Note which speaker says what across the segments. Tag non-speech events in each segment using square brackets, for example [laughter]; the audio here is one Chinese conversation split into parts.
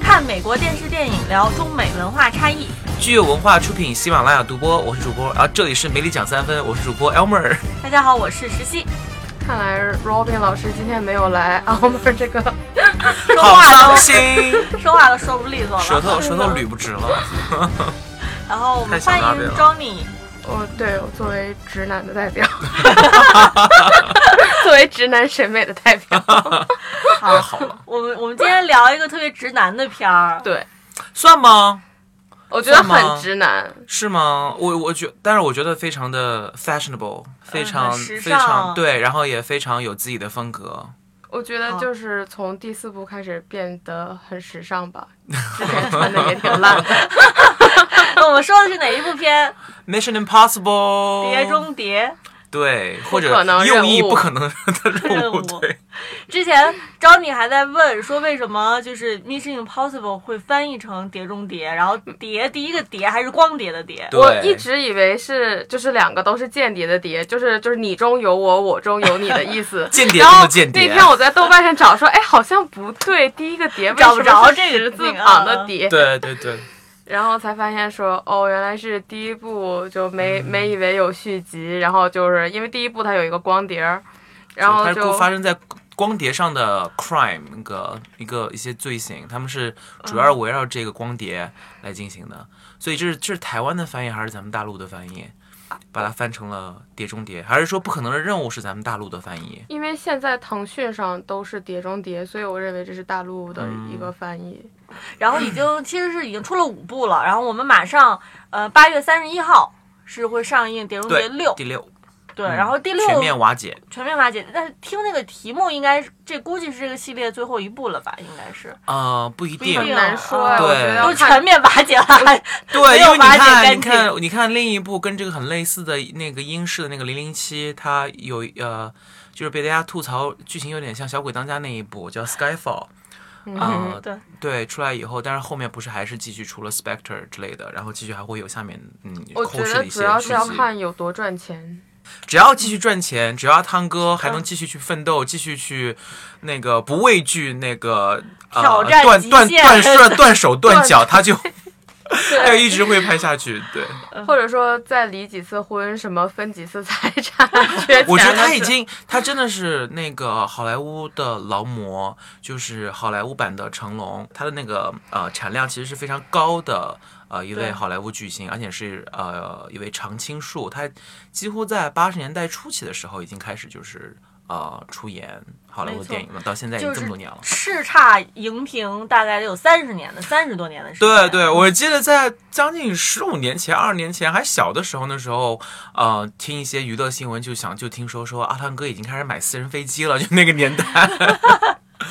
Speaker 1: 看美国电视电影，聊中美文化差异。
Speaker 2: 具有文化出品，喜马拉雅独播，我是主播啊，这里是没理讲三分，我是主播 Elmer。
Speaker 1: 大家好，我是石溪。
Speaker 3: 看来 Robin 老师今天没有来 [laughs] 啊，我们这个
Speaker 1: 说
Speaker 2: [laughs] 好
Speaker 1: 话
Speaker 2: 伤
Speaker 1: 都
Speaker 2: 心，
Speaker 1: 说话都说不利索
Speaker 2: 舌
Speaker 1: 了。
Speaker 2: 头舌头捋不直了。
Speaker 1: 然后我们
Speaker 2: 太
Speaker 1: 欢
Speaker 2: 想拉别
Speaker 1: 迎
Speaker 2: 了
Speaker 1: Johnny，
Speaker 3: 我对我作为直男的
Speaker 2: [laughs]
Speaker 3: 代表，作为直男审美的代
Speaker 2: [laughs]
Speaker 3: 表，
Speaker 2: 太好了，
Speaker 1: 我们我们今天聊一个特别直男的片儿。 [laughs]
Speaker 3: 对
Speaker 2: 算吗？
Speaker 3: 我觉得
Speaker 2: 是吗
Speaker 3: 很直男，
Speaker 2: 是吗？我我觉，但是我觉得非常的 fashionable，非常、
Speaker 1: 很时
Speaker 2: 非
Speaker 1: 尚
Speaker 2: 常对，然后也非常有自己的风格。
Speaker 3: 我觉
Speaker 2: 啊
Speaker 3: 得就是从第四部开始变得很时尚
Speaker 2: [laughs]
Speaker 3: 吧，之前穿的也挺烂的，
Speaker 1: 那我们说的是哪一部片？
Speaker 2: Mission Impossible，
Speaker 1: 《碟中谍
Speaker 2: 对，或者
Speaker 3: 可能任
Speaker 2: 右
Speaker 3: 务
Speaker 2: 翼不可能的任务，
Speaker 1: 任务
Speaker 2: 对，》
Speaker 1: 之前，Johnny 还在问说为什么就是《Mission Impossible》会翻译成《碟中谍》，然后“碟”第一个“碟”还是光碟的“碟”。
Speaker 3: 我
Speaker 2: 对
Speaker 3: 一直以为是就是两个都是间谍的谍，就是就是你中有我，我中有你的意思。
Speaker 2: [laughs] 间谍
Speaker 3: 然
Speaker 2: 中
Speaker 3: 后
Speaker 2: 的间谍。
Speaker 3: 那天我在豆瓣上找说，哎，好像不对，第一个碟为什
Speaker 1: 找
Speaker 3: 么
Speaker 1: 不着
Speaker 3: 是
Speaker 1: 这个啊
Speaker 3: 十字
Speaker 1: 那个
Speaker 3: 旁的碟，
Speaker 2: 对对对，
Speaker 3: 然后才发现说，哦，原来是第一部就没、
Speaker 2: 嗯
Speaker 3: 没以为有续集，然后就是因为第一部它有一个光碟儿，然
Speaker 1: 哦
Speaker 3: 后
Speaker 2: 它是
Speaker 3: 就
Speaker 2: 发生在光碟上的 crime 那个一个一些罪行，他们是主
Speaker 1: 嗯
Speaker 2: 要围绕这个光碟来进行的。所以这是这是台湾的翻译还是咱们大陆的翻译？
Speaker 1: 啊
Speaker 2: 把它翻成了《碟中谍》，还是说《不可能的任务》是咱们大陆的翻译？
Speaker 3: 因为现在腾讯上都是碟中谍，所以我认为这是大陆的
Speaker 2: 嗯
Speaker 3: 一个翻译。
Speaker 1: 然后已经其实是已经出了五部了，然后我们马上呃八月三十一号是会上映《碟中谍
Speaker 2: 对，
Speaker 1: 六》
Speaker 2: 第六，嗯
Speaker 1: 对，然后第六
Speaker 2: 全面瓦解
Speaker 1: 全面瓦解，但是听那个题目应该是这估计是这个系列最后一部了吧，应该是
Speaker 2: 啊、呃哦不一定
Speaker 1: 不一
Speaker 3: 很
Speaker 1: 定，
Speaker 3: 难说呀，
Speaker 1: 对
Speaker 3: 我觉得要
Speaker 1: 都
Speaker 3: 看
Speaker 1: 全面瓦解了，还
Speaker 2: 对，
Speaker 1: 没
Speaker 2: 因
Speaker 1: 有
Speaker 2: 为你
Speaker 1: 瓦解干
Speaker 2: 看，你
Speaker 1: 净
Speaker 2: 看，你看另一部跟这个很类似的那个英式的那个《零零七》，它有呃，就是被大家吐槽剧情有点像《小鬼当家》那一部，叫《Skyfall》啊、
Speaker 3: 嗯
Speaker 1: 嗯对
Speaker 2: 对，出来以后，但是后面不是还是继续出了 Spectre 之类的，然后继续还会有下面嗯
Speaker 3: 我
Speaker 2: 后
Speaker 3: 觉
Speaker 2: 续
Speaker 3: 得
Speaker 2: 的一些
Speaker 3: 主要
Speaker 2: 续
Speaker 3: 是要
Speaker 2: 集
Speaker 3: 看有多赚钱。
Speaker 2: 只要继续赚钱，只要汤哥
Speaker 3: 嗯
Speaker 2: 还能继续去奋斗，继续去那个不畏惧那个呃
Speaker 1: 挑战
Speaker 2: 断
Speaker 1: 极
Speaker 2: 断
Speaker 1: 限
Speaker 2: 断
Speaker 3: [laughs]
Speaker 2: 断断手断脚，他就 [laughs] 他就一直会拍下去。对，嗯
Speaker 3: 或者说再离几次婚，什么分几次财产， [laughs]
Speaker 2: [laughs]
Speaker 3: 缺钱
Speaker 2: 我觉得
Speaker 3: 了
Speaker 2: 他已
Speaker 3: 是
Speaker 2: 经，他真的是那个好莱坞的劳模，就是好莱坞版的成龙，他的那个呃产量其实是非常高的。呃，一位
Speaker 1: 对
Speaker 2: 好莱坞巨星，而且是呃一位常青树，他几乎在八十年代初期的时候已经开始就是呃出演好莱
Speaker 1: 没
Speaker 2: 坞
Speaker 1: 错
Speaker 2: 电影了，到现在已经
Speaker 1: 就
Speaker 2: 这
Speaker 1: 是
Speaker 2: 么多年了。
Speaker 1: 叱咤荧屏大概得有三十年的三十多年的时
Speaker 2: 对
Speaker 1: 间，
Speaker 2: 对，我记得在将近十五年前、二十年前还小的时候，那时候，呃，听一些娱乐新闻，就想就听说说阿汤哥已经开始买私人飞机了，就那个年代。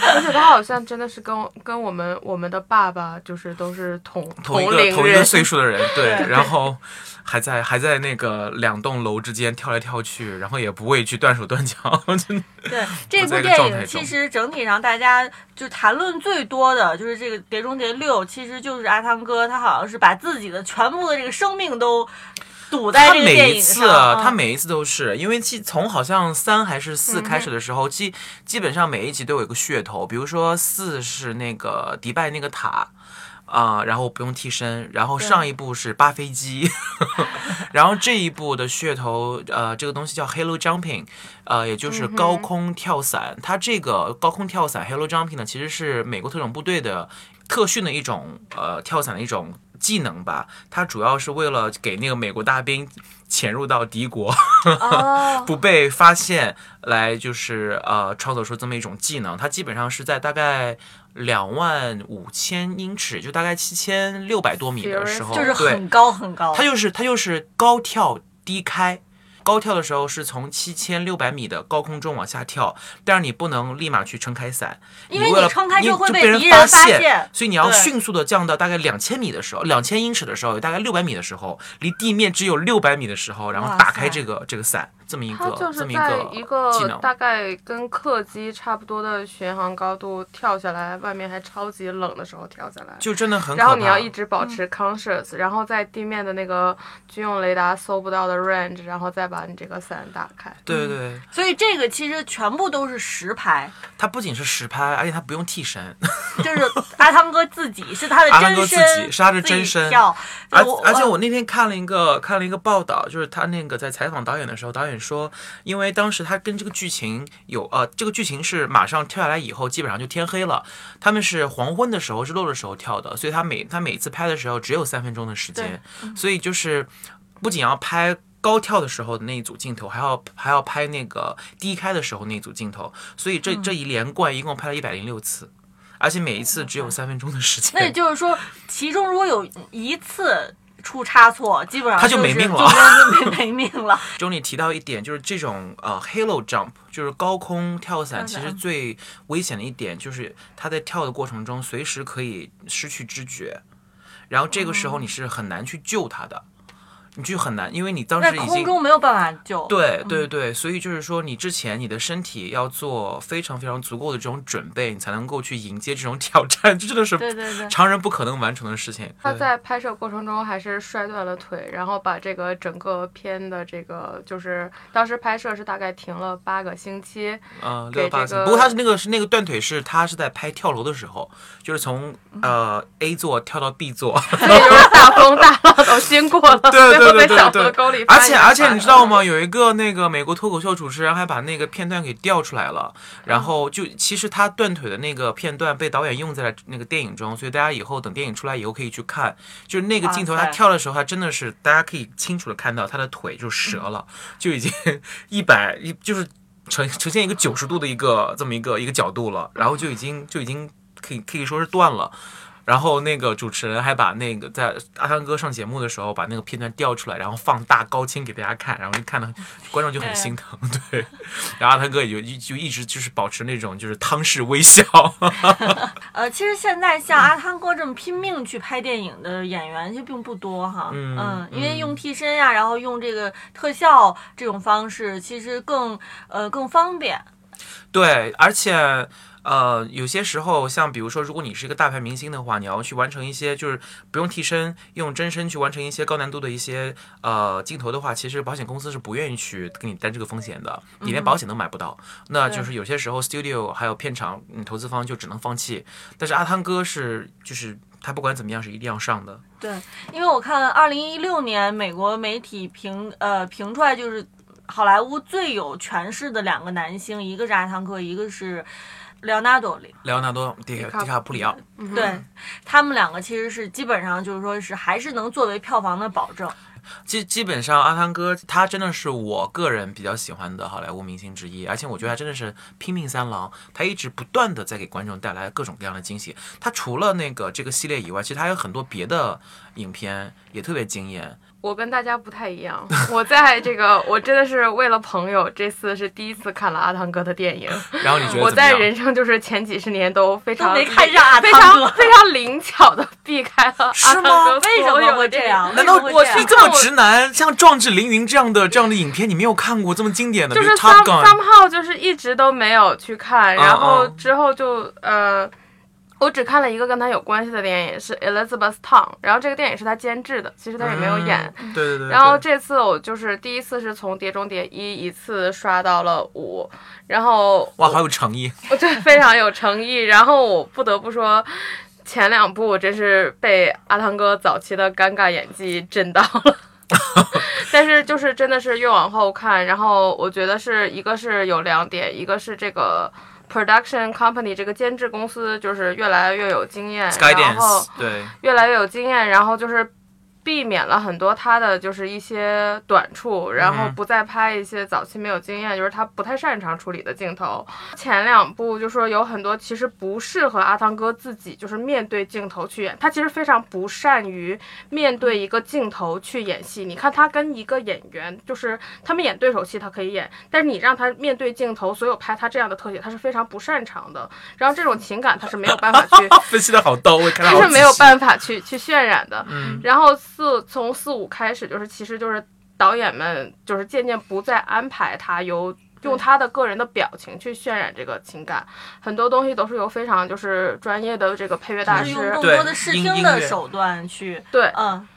Speaker 3: 而且他好像真的是跟跟我们我们的爸爸就是都是同
Speaker 2: 同一个
Speaker 3: 龄
Speaker 2: 同一个
Speaker 3: 人，
Speaker 2: 岁数的人，对，
Speaker 1: 对
Speaker 2: 然后还在还在那个两栋楼之间跳来跳去，然后也不畏惧断手断脚， [laughs] 真的
Speaker 1: 对这
Speaker 2: 不在
Speaker 1: 部
Speaker 2: 一个
Speaker 1: 电
Speaker 2: 状态
Speaker 1: 影，其
Speaker 2: 中
Speaker 1: 实整体上大家就谈论最多的就是这个《碟中谍六》，其实就是阿汤哥，他好像是把自己的全部的这个生命都赌在
Speaker 2: 他
Speaker 1: 这个电
Speaker 2: 每一
Speaker 1: 影
Speaker 2: 次
Speaker 1: 上。
Speaker 2: 啊
Speaker 1: 嗯
Speaker 2: 他每一次都是，因为其从好像三还是四开始的时候，基基本上每一集都有一个噱头，比如说四是那个迪拜那个塔。啊、然后不用替身，然后上一部是扒飞机， [laughs] 然后这一部的噱头，呃，这个东西叫 Halo Jumping，呃，也
Speaker 1: 嗯
Speaker 2: 就是高空跳伞。它这个高空跳伞 Halo Jumping 呢，其实是美国特种部队的特训的一种呃跳伞的一种技能吧。它主要是为了给那个美国大兵潜入到敌国， [laughs]
Speaker 1: 哦，
Speaker 2: 不被发现，来就是呃创造出这么一种技能。它基本上是在大概。两万五千英尺，就大概七千六百多米的时候，
Speaker 3: Serious
Speaker 1: 就是
Speaker 2: [laughs] 对
Speaker 1: 很高很高。
Speaker 2: 它就是它就是高跳低开。高跳的时候是从七千六百米的高空中往下跳，但是你不能立马去撑开伞，
Speaker 1: 因为
Speaker 2: 为了
Speaker 1: 你撑开之后会
Speaker 2: 就
Speaker 1: 被
Speaker 2: 被人
Speaker 1: 敌人
Speaker 2: 发
Speaker 1: 发现
Speaker 2: 所以你要
Speaker 1: 对
Speaker 2: 迅速的降到大概两千米的时候，两千英尺的时候，有大概六百米的时候，离地面只有六百米的时候，然后
Speaker 1: 哇
Speaker 2: 打开
Speaker 1: 塞
Speaker 2: 这个这个伞，这么一
Speaker 3: 它就
Speaker 2: 个
Speaker 3: 是
Speaker 2: 这么
Speaker 3: 在
Speaker 2: 个
Speaker 3: 一
Speaker 2: 技
Speaker 3: 个
Speaker 2: 能。
Speaker 3: 大概跟客机差不多的巡航高度跳下来，外面还超级冷的时候跳下来，
Speaker 2: 就真的很可怕。
Speaker 3: 然后你要一直保持 conscious，、然后在地面的那个军用雷达搜不到的 range，然后再把你这个伞打开。
Speaker 2: 对对对，
Speaker 3: 嗯
Speaker 1: 所以这个其实全部都是实拍，
Speaker 2: 它不仅是实拍，而且它不用替身，
Speaker 1: 就是阿汤哥自己是他的
Speaker 2: 阿汤
Speaker 1: 真
Speaker 2: 哥自
Speaker 1: 身，
Speaker 2: 己是他的
Speaker 1: 自
Speaker 2: 真
Speaker 1: 己
Speaker 2: 身
Speaker 1: 跳
Speaker 2: 而
Speaker 1: 我呃
Speaker 2: 而且我那天看了一个看了一个报道，就是他那个在采访导演的时候，导演说，因为当时他跟这个剧情有呃，这个剧情是马上跳下来以后，基本上就天黑了，他们是黄昏的时候日落的时候跳的，所以他每他每次拍的时候只有三分钟的时间，
Speaker 1: 嗯
Speaker 2: 所以就是不仅要拍。高跳的时候的那一组镜头，还要还要拍那个低开的时候那一组镜头，所以
Speaker 1: 嗯
Speaker 2: 这这一连贯一共拍了一百零六次，而且每一次只有三分钟的时间。
Speaker 1: 那也就是说，其中如果有一次出差错，基本上
Speaker 2: 他
Speaker 1: 就
Speaker 2: 就没
Speaker 1: 是
Speaker 2: 命了
Speaker 1: 就没没命
Speaker 2: [laughs]
Speaker 1: 了。
Speaker 2: 中你提到一点，就是这种呃 halo jump，就是高空跳
Speaker 1: 跳
Speaker 2: 伞，其
Speaker 1: 伞
Speaker 2: 实最危险的一点就是它在跳的过程中随时可以失去知觉，然后这个
Speaker 1: 哦
Speaker 2: 时候你是很难去救它的，你就很难，因为你当
Speaker 1: 在
Speaker 2: 时已
Speaker 1: 空
Speaker 2: 经。
Speaker 1: 中没嗯有办法救，
Speaker 2: 对对对，所以就是说，你之前你的身体要做非常非常足够的这种准备，你才能够去迎接这种挑战，这真的
Speaker 1: 对
Speaker 2: 是
Speaker 1: 对对。
Speaker 2: 常人不可能完成的事情。
Speaker 3: 他
Speaker 2: 对
Speaker 3: 在拍摄过程中还是摔断了腿，然后把这个整个片的这个就是当时拍摄是大概停了八个星期，
Speaker 2: 嗯，
Speaker 3: 给
Speaker 2: 六八
Speaker 3: 这
Speaker 2: 层。
Speaker 3: 个
Speaker 2: 不过他是那个是那个断腿是他是在拍跳楼的时候，就是从
Speaker 3: 嗯
Speaker 2: 呃 A 座跳到 B 座，
Speaker 3: 所
Speaker 2: [laughs]
Speaker 3: 以就是大风大浪都经过了，
Speaker 2: 对
Speaker 3: 最后
Speaker 2: 对
Speaker 3: 被
Speaker 2: 对
Speaker 3: 小
Speaker 2: 对
Speaker 3: 河
Speaker 2: 对
Speaker 3: 沟里翻
Speaker 2: 而
Speaker 3: 一
Speaker 2: 且
Speaker 3: 翻
Speaker 2: 而且你知道吗？有一个那个美国脱口秀主持人还把那个片段给调出来了，
Speaker 3: 嗯
Speaker 2: 然后就其实他断腿的那个片段被导演用在了那个电影中，所以大家以后等电影出来以后可以去看，就是那个镜头
Speaker 1: 哇塞
Speaker 2: 他跳的时候，他真的是大家可以清楚的看到他的腿就折
Speaker 3: 嗯
Speaker 2: 了，就已经一百一就是。呈呈现一个九十度的一个这么一个一个角度了，然后就已经就已经可以可以说是断了，然后那个主持人还把那个在阿汤哥上节目的时候把那个片段调出来，然后放大高清给大家看，然后就看到观众就很心疼，对。然后阿汤哥也就一就一直就是保持那种就是汤式微笑，
Speaker 1: 呃，其实现在像阿汤哥这么拼命去拍电影的演员其实并不多哈，嗯因为用替身呀、然后用这个特效这种方式，其实更呃更方便。
Speaker 2: 对，而且。呃，有些时候，像比如说，如果你是一个大牌明星的话，你要去完成一些就是不用替身，用真身去完成一些高难度的一些呃镜头的话，其实保险公司是不愿意去给你担这个风险的，你连保险都买不到。那就是有些时候 studio 还有片场，嗯，投资方就只能放弃。但是阿汤哥是就是他不管怎么样是一定要上的。
Speaker 1: 对，因为我看二零一六年美国媒体评呃评出来就是好莱坞最有权势的两个男星，一个是阿汤哥，一个是莱昂纳多里。
Speaker 2: 莱昂纳多·迪
Speaker 3: 卡
Speaker 2: 迪卡普里奥，
Speaker 3: 嗯
Speaker 1: 对他们两个其实是基本上就是说是还是能作为票房的保证。
Speaker 2: 基基本上阿汤哥他真的是我个人比较喜欢的好莱坞明星之一，而且我觉得他真的是拼命三郎，他一直不断的在给观众带来各种各样的惊喜。他除了那个这个系列以外，其实他有很多别的影片也特别惊艳。
Speaker 3: 我跟大家不太一样，我在这个我真的是为了朋友，这次是第一次看了阿汤哥的电影。
Speaker 2: 然后你觉得怎
Speaker 3: 我
Speaker 2: 么
Speaker 3: 在
Speaker 2: 样？
Speaker 3: 人生就是前几十年都非
Speaker 1: 都
Speaker 3: 常
Speaker 1: 没看上阿
Speaker 3: 非
Speaker 1: 汤哥
Speaker 3: 常非常灵巧的避开了阿
Speaker 2: 是
Speaker 3: 汤
Speaker 2: 吗
Speaker 3: 哥
Speaker 1: 为什
Speaker 3: 所有
Speaker 1: 么
Speaker 3: 的
Speaker 1: 会
Speaker 3: 电
Speaker 1: 这
Speaker 3: 影
Speaker 1: 样？
Speaker 2: 难道
Speaker 1: 为什么会这
Speaker 2: 你
Speaker 1: 样
Speaker 2: 这么直男，像《壮志凌云》这样的这样的影片，你没有看过这么经典的，
Speaker 3: 就
Speaker 2: 比
Speaker 3: 是
Speaker 2: 如《
Speaker 3: 三
Speaker 2: Top
Speaker 3: 三
Speaker 2: Gun》
Speaker 3: 号就是一直都没有去看，然后
Speaker 2: 嗯
Speaker 3: 之后就呃，我只看了一个跟他有关系的电影，是 Elizabeth Town，然后这个电影是他监制的，其实他也没有演。
Speaker 2: 嗯对对对。
Speaker 3: 然后
Speaker 2: 对
Speaker 3: 这次我就是第一次是从《碟中谍一》一次刷到了五，然后
Speaker 2: 哇，好有诚意！
Speaker 3: 我对非常有诚意。然后我不得不说，前两部我真是被阿汤哥早期的尴尬演技震到
Speaker 2: [laughs]
Speaker 3: 了。但是就是真的是越往后看，然后我觉得是一个是有两点，一个是这个 production company 这个监制公司就是越来越有经验，然后
Speaker 2: Skydance，对，
Speaker 3: 越来越有经验，然后就是避免了很多他的就是一些短处，然后
Speaker 2: 嗯
Speaker 3: 不再拍一些早期没有经验，就是他不太擅长处理的镜头。前两部就说有很多其实不适合阿汤哥自己就是面对镜头去演，他其实非常不善于面对一个镜头去演戏。你看他跟一个演员，就是他们演对手戏他可以演，但是你让他面对镜头，所有拍他这样的特写，他是非常不擅长的。然后这种情感他是没有办法去
Speaker 2: 分析的好到位，看得
Speaker 3: 他
Speaker 2: 好
Speaker 3: 是没有
Speaker 2: 仔细
Speaker 3: 办法去去渲染的。
Speaker 2: 嗯
Speaker 3: 然后四从四五开始，就是其实就是导演们就是渐渐不再安排他由用他的个人的表情去渲染这个情感，很多东西都是由非常就是专业的这个配乐大
Speaker 1: 是用
Speaker 3: 师
Speaker 1: 更
Speaker 2: 对
Speaker 1: 多的视
Speaker 2: 音
Speaker 1: 听
Speaker 2: 音
Speaker 1: 的
Speaker 2: 乐
Speaker 1: 手段去，
Speaker 3: 对
Speaker 1: 嗯，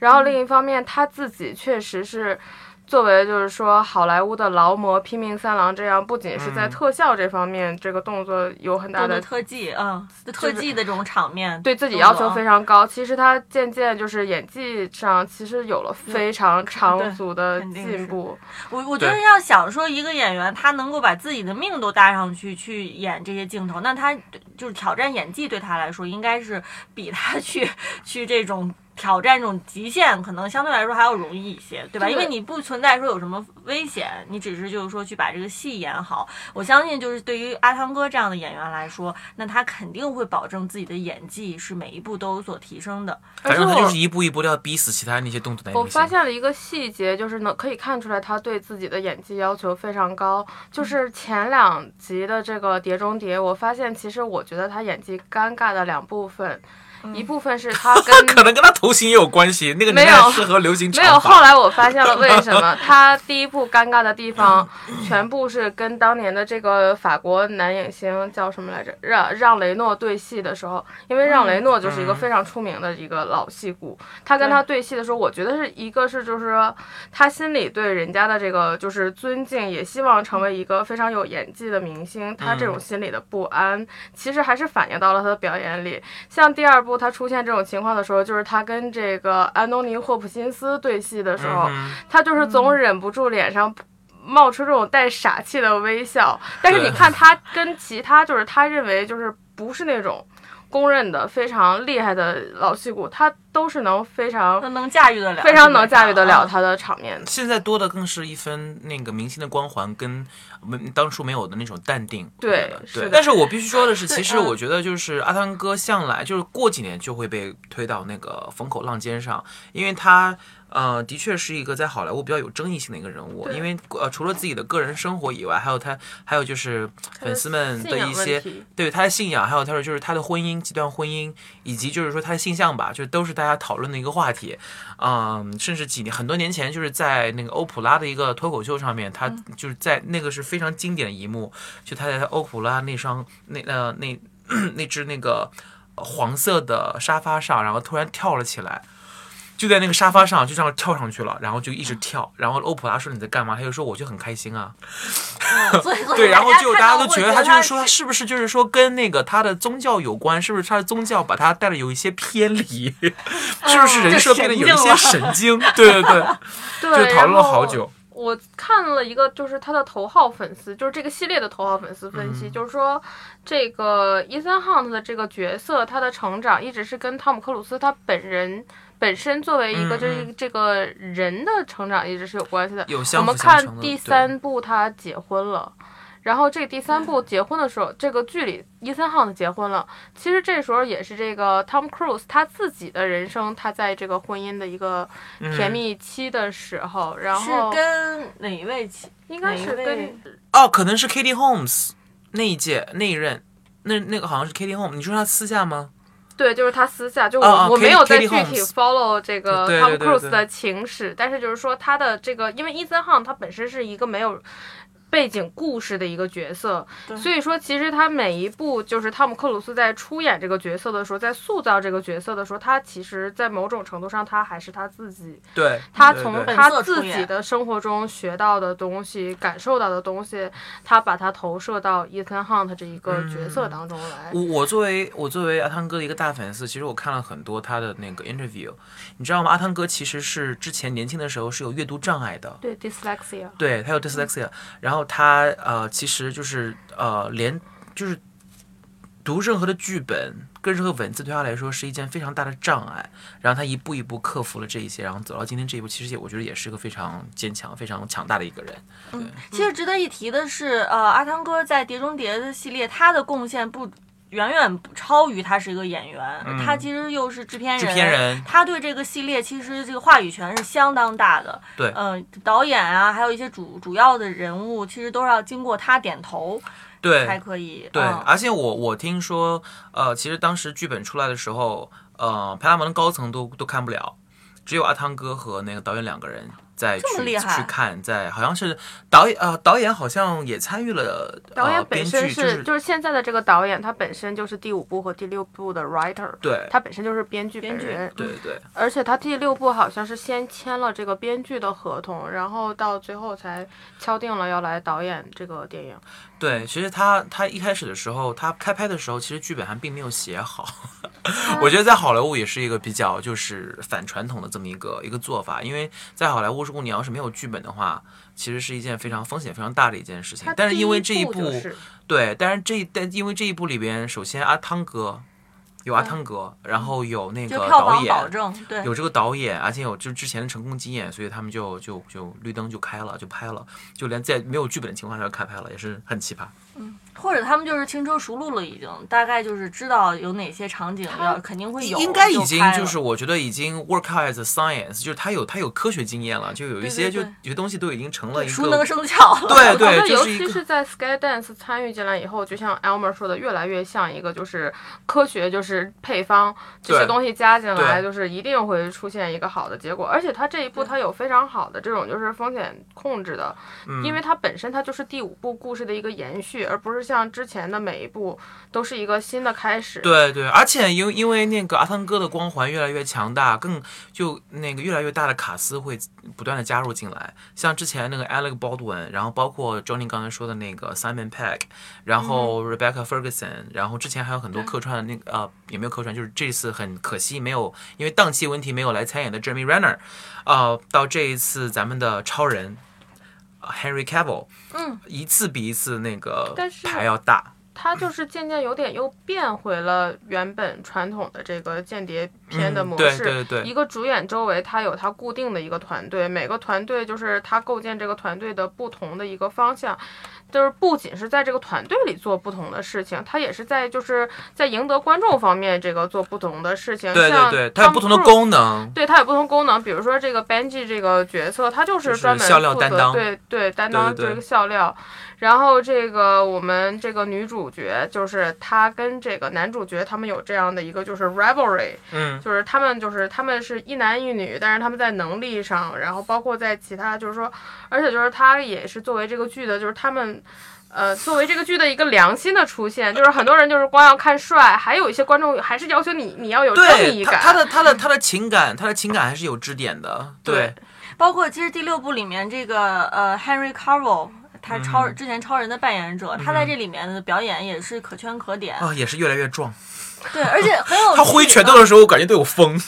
Speaker 3: 然后另一方面，他自己确实是作为就是说好莱坞的劳模《拼命三郎》这样，不仅是在
Speaker 2: 嗯
Speaker 3: 特效这方面，这个动作有很大
Speaker 1: 做的
Speaker 3: 的。
Speaker 1: 特技，嗯，特技的这种场面，
Speaker 3: 对自己要求
Speaker 1: 动作
Speaker 3: 非常高，其实他渐渐就是演技上其实有了非常长
Speaker 1: [laughs] 对
Speaker 3: 足的
Speaker 1: 肯定
Speaker 3: 进
Speaker 1: 是
Speaker 3: 步。
Speaker 1: 我我觉得
Speaker 2: 对
Speaker 1: 要想说一个演员他能够把自己的命都搭上去去演这些镜头，那他就是挑战演技对他来说应该是比他去去这种挑战这种极限可能相对来说还要容易一些，对吧？
Speaker 3: 对
Speaker 1: 因为你不存在说有什么危险，你只是就是说去把这个戏演好。我相信就是对于阿汤哥这样的演员来说，那他肯定会保证自己的演技是每一步都有所提升的。
Speaker 2: 反正
Speaker 3: 而且
Speaker 2: 他
Speaker 3: 我
Speaker 2: 就是一步一步都要逼死其他那些动作男
Speaker 3: 我
Speaker 2: 明
Speaker 3: 发
Speaker 2: 星。
Speaker 3: 现了一个细节，就是能可以看出来他对自己的演技要求非常高。
Speaker 1: 嗯
Speaker 3: 就是前两集的这个《碟中谍》，我发现其实我觉得他演技尴尬的两部分，一
Speaker 1: 嗯
Speaker 3: 部分是他
Speaker 2: [laughs] 可
Speaker 3: 跟
Speaker 2: 能跟他头型也有关系，那个
Speaker 3: 没
Speaker 2: 年代
Speaker 3: 有
Speaker 2: 适合流行
Speaker 3: 没有。
Speaker 2: 长
Speaker 3: 后
Speaker 2: 发。
Speaker 3: 来我发现了为什
Speaker 2: [laughs]
Speaker 3: 么他第一部尴尬的地方，全部是跟当年的这个法国男影星叫什么来着，让让雷诺对戏的时候，因为让雷诺就是一个
Speaker 2: 嗯
Speaker 3: 非常出名的一个老戏骨，他跟他对戏的时候，我觉得是一个是就是说他心里对人家的这个就是尊敬，也希望成为一个非常有演技的明星，他
Speaker 2: 嗯
Speaker 3: 这种心理的不安，其实还是反映到了他的表演里。像第二部他出现这种情况的时候，就是他跟这个安东尼·霍普金斯对戏的时候，
Speaker 2: 嗯
Speaker 3: 他就是总忍不住脸上。冒出这种带傻气的微笑，但是你
Speaker 2: 对
Speaker 3: 看他跟其他就是他认为就是不是那种公认的非常厉害的老戏骨，他都是能非常
Speaker 1: 他能驾驭得了，啊
Speaker 3: 非常能驾驭得了
Speaker 1: 他。
Speaker 3: 他的场面的。
Speaker 2: 现在多的更是一分那个明星的光环跟嗯当初没有的那种淡定。我觉
Speaker 3: 对
Speaker 2: 得
Speaker 3: 是
Speaker 2: 对
Speaker 3: 的。
Speaker 2: 但是我必须说的是，其实
Speaker 1: 嗯
Speaker 2: 我觉得就是阿汤哥向来就是过几年就会被推到那个风口浪尖上，因为他。呃，的确是一个在好莱坞比较有争议性的一个人物，
Speaker 3: 对
Speaker 2: 因为呃，除了自己的个人生活以外，还有他，还有就是粉丝们
Speaker 3: 信
Speaker 2: 的
Speaker 3: 仰
Speaker 2: 一
Speaker 3: 问
Speaker 2: 些
Speaker 3: 题
Speaker 2: 对他的信仰，还有他说就是他的婚姻、几段婚姻，以及就是说他的性向吧，就都是大家讨论的一个话题。嗯，甚至几年很多年前，就是在那个欧普拉的一个脱口秀上面，他就是在那个是非常经典的一幕，就他在欧普拉那双那呃那那只那个黄色的沙发上，然后突然跳了起来。就在那个沙发上，就这样跳上去了，然后就一直跳。然后欧普拉说你在干嘛？他就说我就很开心啊。
Speaker 1: 所
Speaker 3: [laughs]
Speaker 1: 以
Speaker 2: 对，然后就大家都觉得
Speaker 1: 他
Speaker 2: 他就是说他是不是就是说跟那个他的宗教有关，是不是他的宗教把他带的有一些偏离，[laughs]
Speaker 3: 哦
Speaker 2: 是不是人设变得有一些神经？对对对，
Speaker 3: [laughs] 对，
Speaker 2: 就讨论了好久。。
Speaker 3: 我看了一个，就是他的头号粉丝，就是这个系列的头号粉丝分
Speaker 2: 嗯
Speaker 3: 析，就是说这个伊森· n 特的这个角色，他的成长一直是跟汤姆·克鲁斯他本人本身作为一个
Speaker 2: 嗯
Speaker 3: 这、这个人的成长一直是有关系的。
Speaker 2: 有
Speaker 3: 我
Speaker 2: 相
Speaker 3: 们
Speaker 2: 辅相成的。
Speaker 3: 看第
Speaker 2: 对，
Speaker 3: 三部他结婚了，然后这个第三部结婚的时候，这个剧里伊森·汉结婚了。其实这时候也是这个 Tom Cruise 他自己的人生，他在这个婚姻的一个
Speaker 2: 嗯
Speaker 3: 甜蜜期的时候，然后
Speaker 1: 是跟哪一位起？
Speaker 3: 应该是
Speaker 1: 哪一位
Speaker 3: 跟
Speaker 2: 哦，可能是 Katie Holmes 那一届那一任。那那个好像是 Katie Holmes，你说他私下吗？
Speaker 3: 对，就是他私下就我、
Speaker 2: 啊啊
Speaker 3: 我
Speaker 2: Katie-
Speaker 3: 没有再
Speaker 2: Katie
Speaker 3: 具体
Speaker 2: Holmes
Speaker 3: follow 这个
Speaker 2: 对
Speaker 3: Tom
Speaker 2: 对对对
Speaker 3: Cruise 的情史，但是就是说他的这个，因为伊森汉他本身是一个没有。背景故事的一个角色，
Speaker 1: 对
Speaker 3: 所以说其实他每一部就是汤姆克鲁斯在出演这个角色的时候，在塑造这个角色的时候，他其实，在某种程度上，他还是他自己，
Speaker 2: 对，
Speaker 3: 他
Speaker 2: 对
Speaker 3: 从
Speaker 2: 对
Speaker 1: 本
Speaker 3: 他
Speaker 1: 色
Speaker 3: 自
Speaker 1: 出
Speaker 3: 己
Speaker 1: 演
Speaker 3: 的生活中学到的东西、感受到的东西，他把它投射到伊森汉特这一个角色当中来。
Speaker 2: 我我作为我作为阿汤哥的一个大粉丝，其实我看了很多他的那个 interview，你知道吗？阿汤哥其实是之前年轻的时候是有阅读障碍的，
Speaker 3: 对 dyslexia，
Speaker 2: 对，他有 dyslexia，、然后他呃，其实就是呃，连就是读任何的剧本跟任何文字对他来说是一件非常大的障碍。然后他一步一步克服了这一些，然后走到今天这一步，其实也我觉得也是个非常坚强、非常强大的一个人。
Speaker 1: [laughs] 其实值得一提的是，呃，阿汤哥在《碟中谍》的系列，他的贡献不远远不超于他是一个演员，他其实又是制片人。
Speaker 2: 嗯制片人
Speaker 1: 他对这个系列其实这个话语权是相当大的。
Speaker 2: 对
Speaker 1: 嗯、导演啊，还有一些主主要的人物，其实都是要经过他点头
Speaker 2: 对，
Speaker 1: 才可以。
Speaker 2: 对，
Speaker 1: 嗯
Speaker 2: 而且我我听说，呃，其实当时剧本出来的时候，呃，派拉蒙的高层都都看不了，只有阿汤哥和那个导演两个人再
Speaker 1: 这么
Speaker 2: 去
Speaker 1: 厉害
Speaker 2: 去看，在好像是导演呃导演好像也参与了
Speaker 3: 导演
Speaker 2: 呃、
Speaker 3: 本
Speaker 2: 编
Speaker 3: 身
Speaker 2: 剧就是
Speaker 3: 就是现在的这个导演，他本身就是第五部和第六部的 writer，
Speaker 2: 对
Speaker 3: 他本身就是编剧
Speaker 1: 编
Speaker 3: 本
Speaker 1: 剧
Speaker 3: 人，
Speaker 2: 对对
Speaker 3: 而且他第六部好像是先签了这个编剧的合同，然后到最后才敲定了要来导演这个电影。
Speaker 2: 对，其实他他一开始的时候，他开拍的时候，其实剧本还并没有写好。我觉得在好莱坞也是一个比较就是反传统的这么一个一个做法，因为在好莱坞，如果你要是没有剧本的话，其实是一件非常风险非常大的一件事情
Speaker 3: 他。
Speaker 2: 但是
Speaker 3: 第
Speaker 2: 因为
Speaker 3: 一
Speaker 2: 这一
Speaker 3: 部
Speaker 2: 部，
Speaker 3: 就是
Speaker 2: 对，但是这一但因为这一部里边，首先阿汤哥有阿
Speaker 3: 嗯
Speaker 2: 汤哥，然后有那
Speaker 1: 就
Speaker 2: 个
Speaker 1: 票
Speaker 2: 导
Speaker 1: 房
Speaker 2: 演，
Speaker 1: 保证，对，
Speaker 2: 有这个导演，而且有就之前的成功经验，所以他们就就就绿灯就开了，就拍了，就连在没有剧本的情况下就开拍了，也是很奇葩。
Speaker 1: 或者他们就是轻车熟路了，已经大概就是知道有哪些场景要肯定会有，
Speaker 2: 应该已经
Speaker 1: 就开
Speaker 2: 就
Speaker 1: 了
Speaker 2: 是我觉得已经 work out as a science，就是他有他有科学经验了，就有一
Speaker 1: 对
Speaker 2: 些
Speaker 1: 对
Speaker 2: 就
Speaker 1: 对
Speaker 2: 有些东西都已经成了一
Speaker 1: 熟能
Speaker 2: 个。
Speaker 1: 生巧了。
Speaker 2: 对
Speaker 3: 我觉
Speaker 2: 啊对，
Speaker 3: 得
Speaker 2: 就是
Speaker 3: 尤其
Speaker 2: 一个
Speaker 3: 是在 Skydance 参与进来以后，就像 Elmer 说的，越来越像一个就是科学，就是配方这些
Speaker 2: 对
Speaker 3: 东西加进
Speaker 2: 对
Speaker 3: 来，就是一定会出现一个好的结果。而且它这一步它有非常好的这种就是风险控制的，
Speaker 2: 嗯
Speaker 3: 因为它本身它就是第五部故事的一个延续，而不是像之前的每一部都是一个新的开始。
Speaker 2: 对对，而且因为因为那个阿汤哥的光环越来越强大，更就那个越来越大的卡斯会不断的加入进来，像之前那个 Alec Baldwin，然后包括 Johnny 刚才说的那个 Simon Pegg，然后 Rebecca Ferguson，然后之前还有很多客串的那个呃也没有客串，就是这次很可惜没有因为档期问题没有来参演的 Jeremy Renner，呃，到这一次咱们的超人呃 Henry Cavill，
Speaker 1: 嗯，
Speaker 2: 一次比一次那个
Speaker 3: 但是
Speaker 2: 牌要大。
Speaker 3: 它就是渐渐有点又变回了原本传统的这个间谍片的
Speaker 2: 嗯
Speaker 3: 模
Speaker 2: 对
Speaker 3: 式。
Speaker 2: 对对
Speaker 3: 一个主演周围它有它固定的一个团队，每个团队就是它构建这个团队的不同的一个方向，就是不仅是在这个团队里做不同的事情，它也是在就是在赢得观众方面这个做不同的事情。
Speaker 2: 对对
Speaker 3: 像
Speaker 2: 对，它有
Speaker 3: Tom
Speaker 2: 不同的
Speaker 3: Cruise-
Speaker 2: 功能。
Speaker 3: 对，它有不同功能，比如说这个 Benji 这个角色，他就
Speaker 2: 就是是
Speaker 3: 专门
Speaker 2: 笑料
Speaker 3: 负
Speaker 2: 担
Speaker 3: 责
Speaker 2: 当
Speaker 3: 对对，担
Speaker 2: 对
Speaker 3: 当
Speaker 2: 对
Speaker 3: 这
Speaker 2: 对
Speaker 3: 个笑料。然后这个我们这个女主角，就是她跟这个男主角他们有这样的一个就是 rivalry，
Speaker 2: 嗯，
Speaker 3: 就是他们就是他们是一男一女，但是他们在能力上，然后包括在其他就是说，而且就是他也是作为这个剧的，就是他们。呃，作为这个剧的一个良心的出现，就是很多人就是光要看帅，还有一些观众还是要求你你要有正
Speaker 2: 对
Speaker 3: 义
Speaker 2: 他
Speaker 3: 感。
Speaker 2: 他的他的他的情感，他的情感还是有支点的。对
Speaker 3: 对
Speaker 1: 包括其实第六部里面这个呃 Henry Cavill，他
Speaker 2: 嗯
Speaker 1: 超、之前超人的扮演者，他在这里面的表演也是可圈可点，
Speaker 2: 啊，也是越来越壮。
Speaker 3: [laughs]
Speaker 1: 对，而且很有趣啊
Speaker 2: 他挥拳头的时候，我感觉都有
Speaker 3: [laughs]
Speaker 2: 风。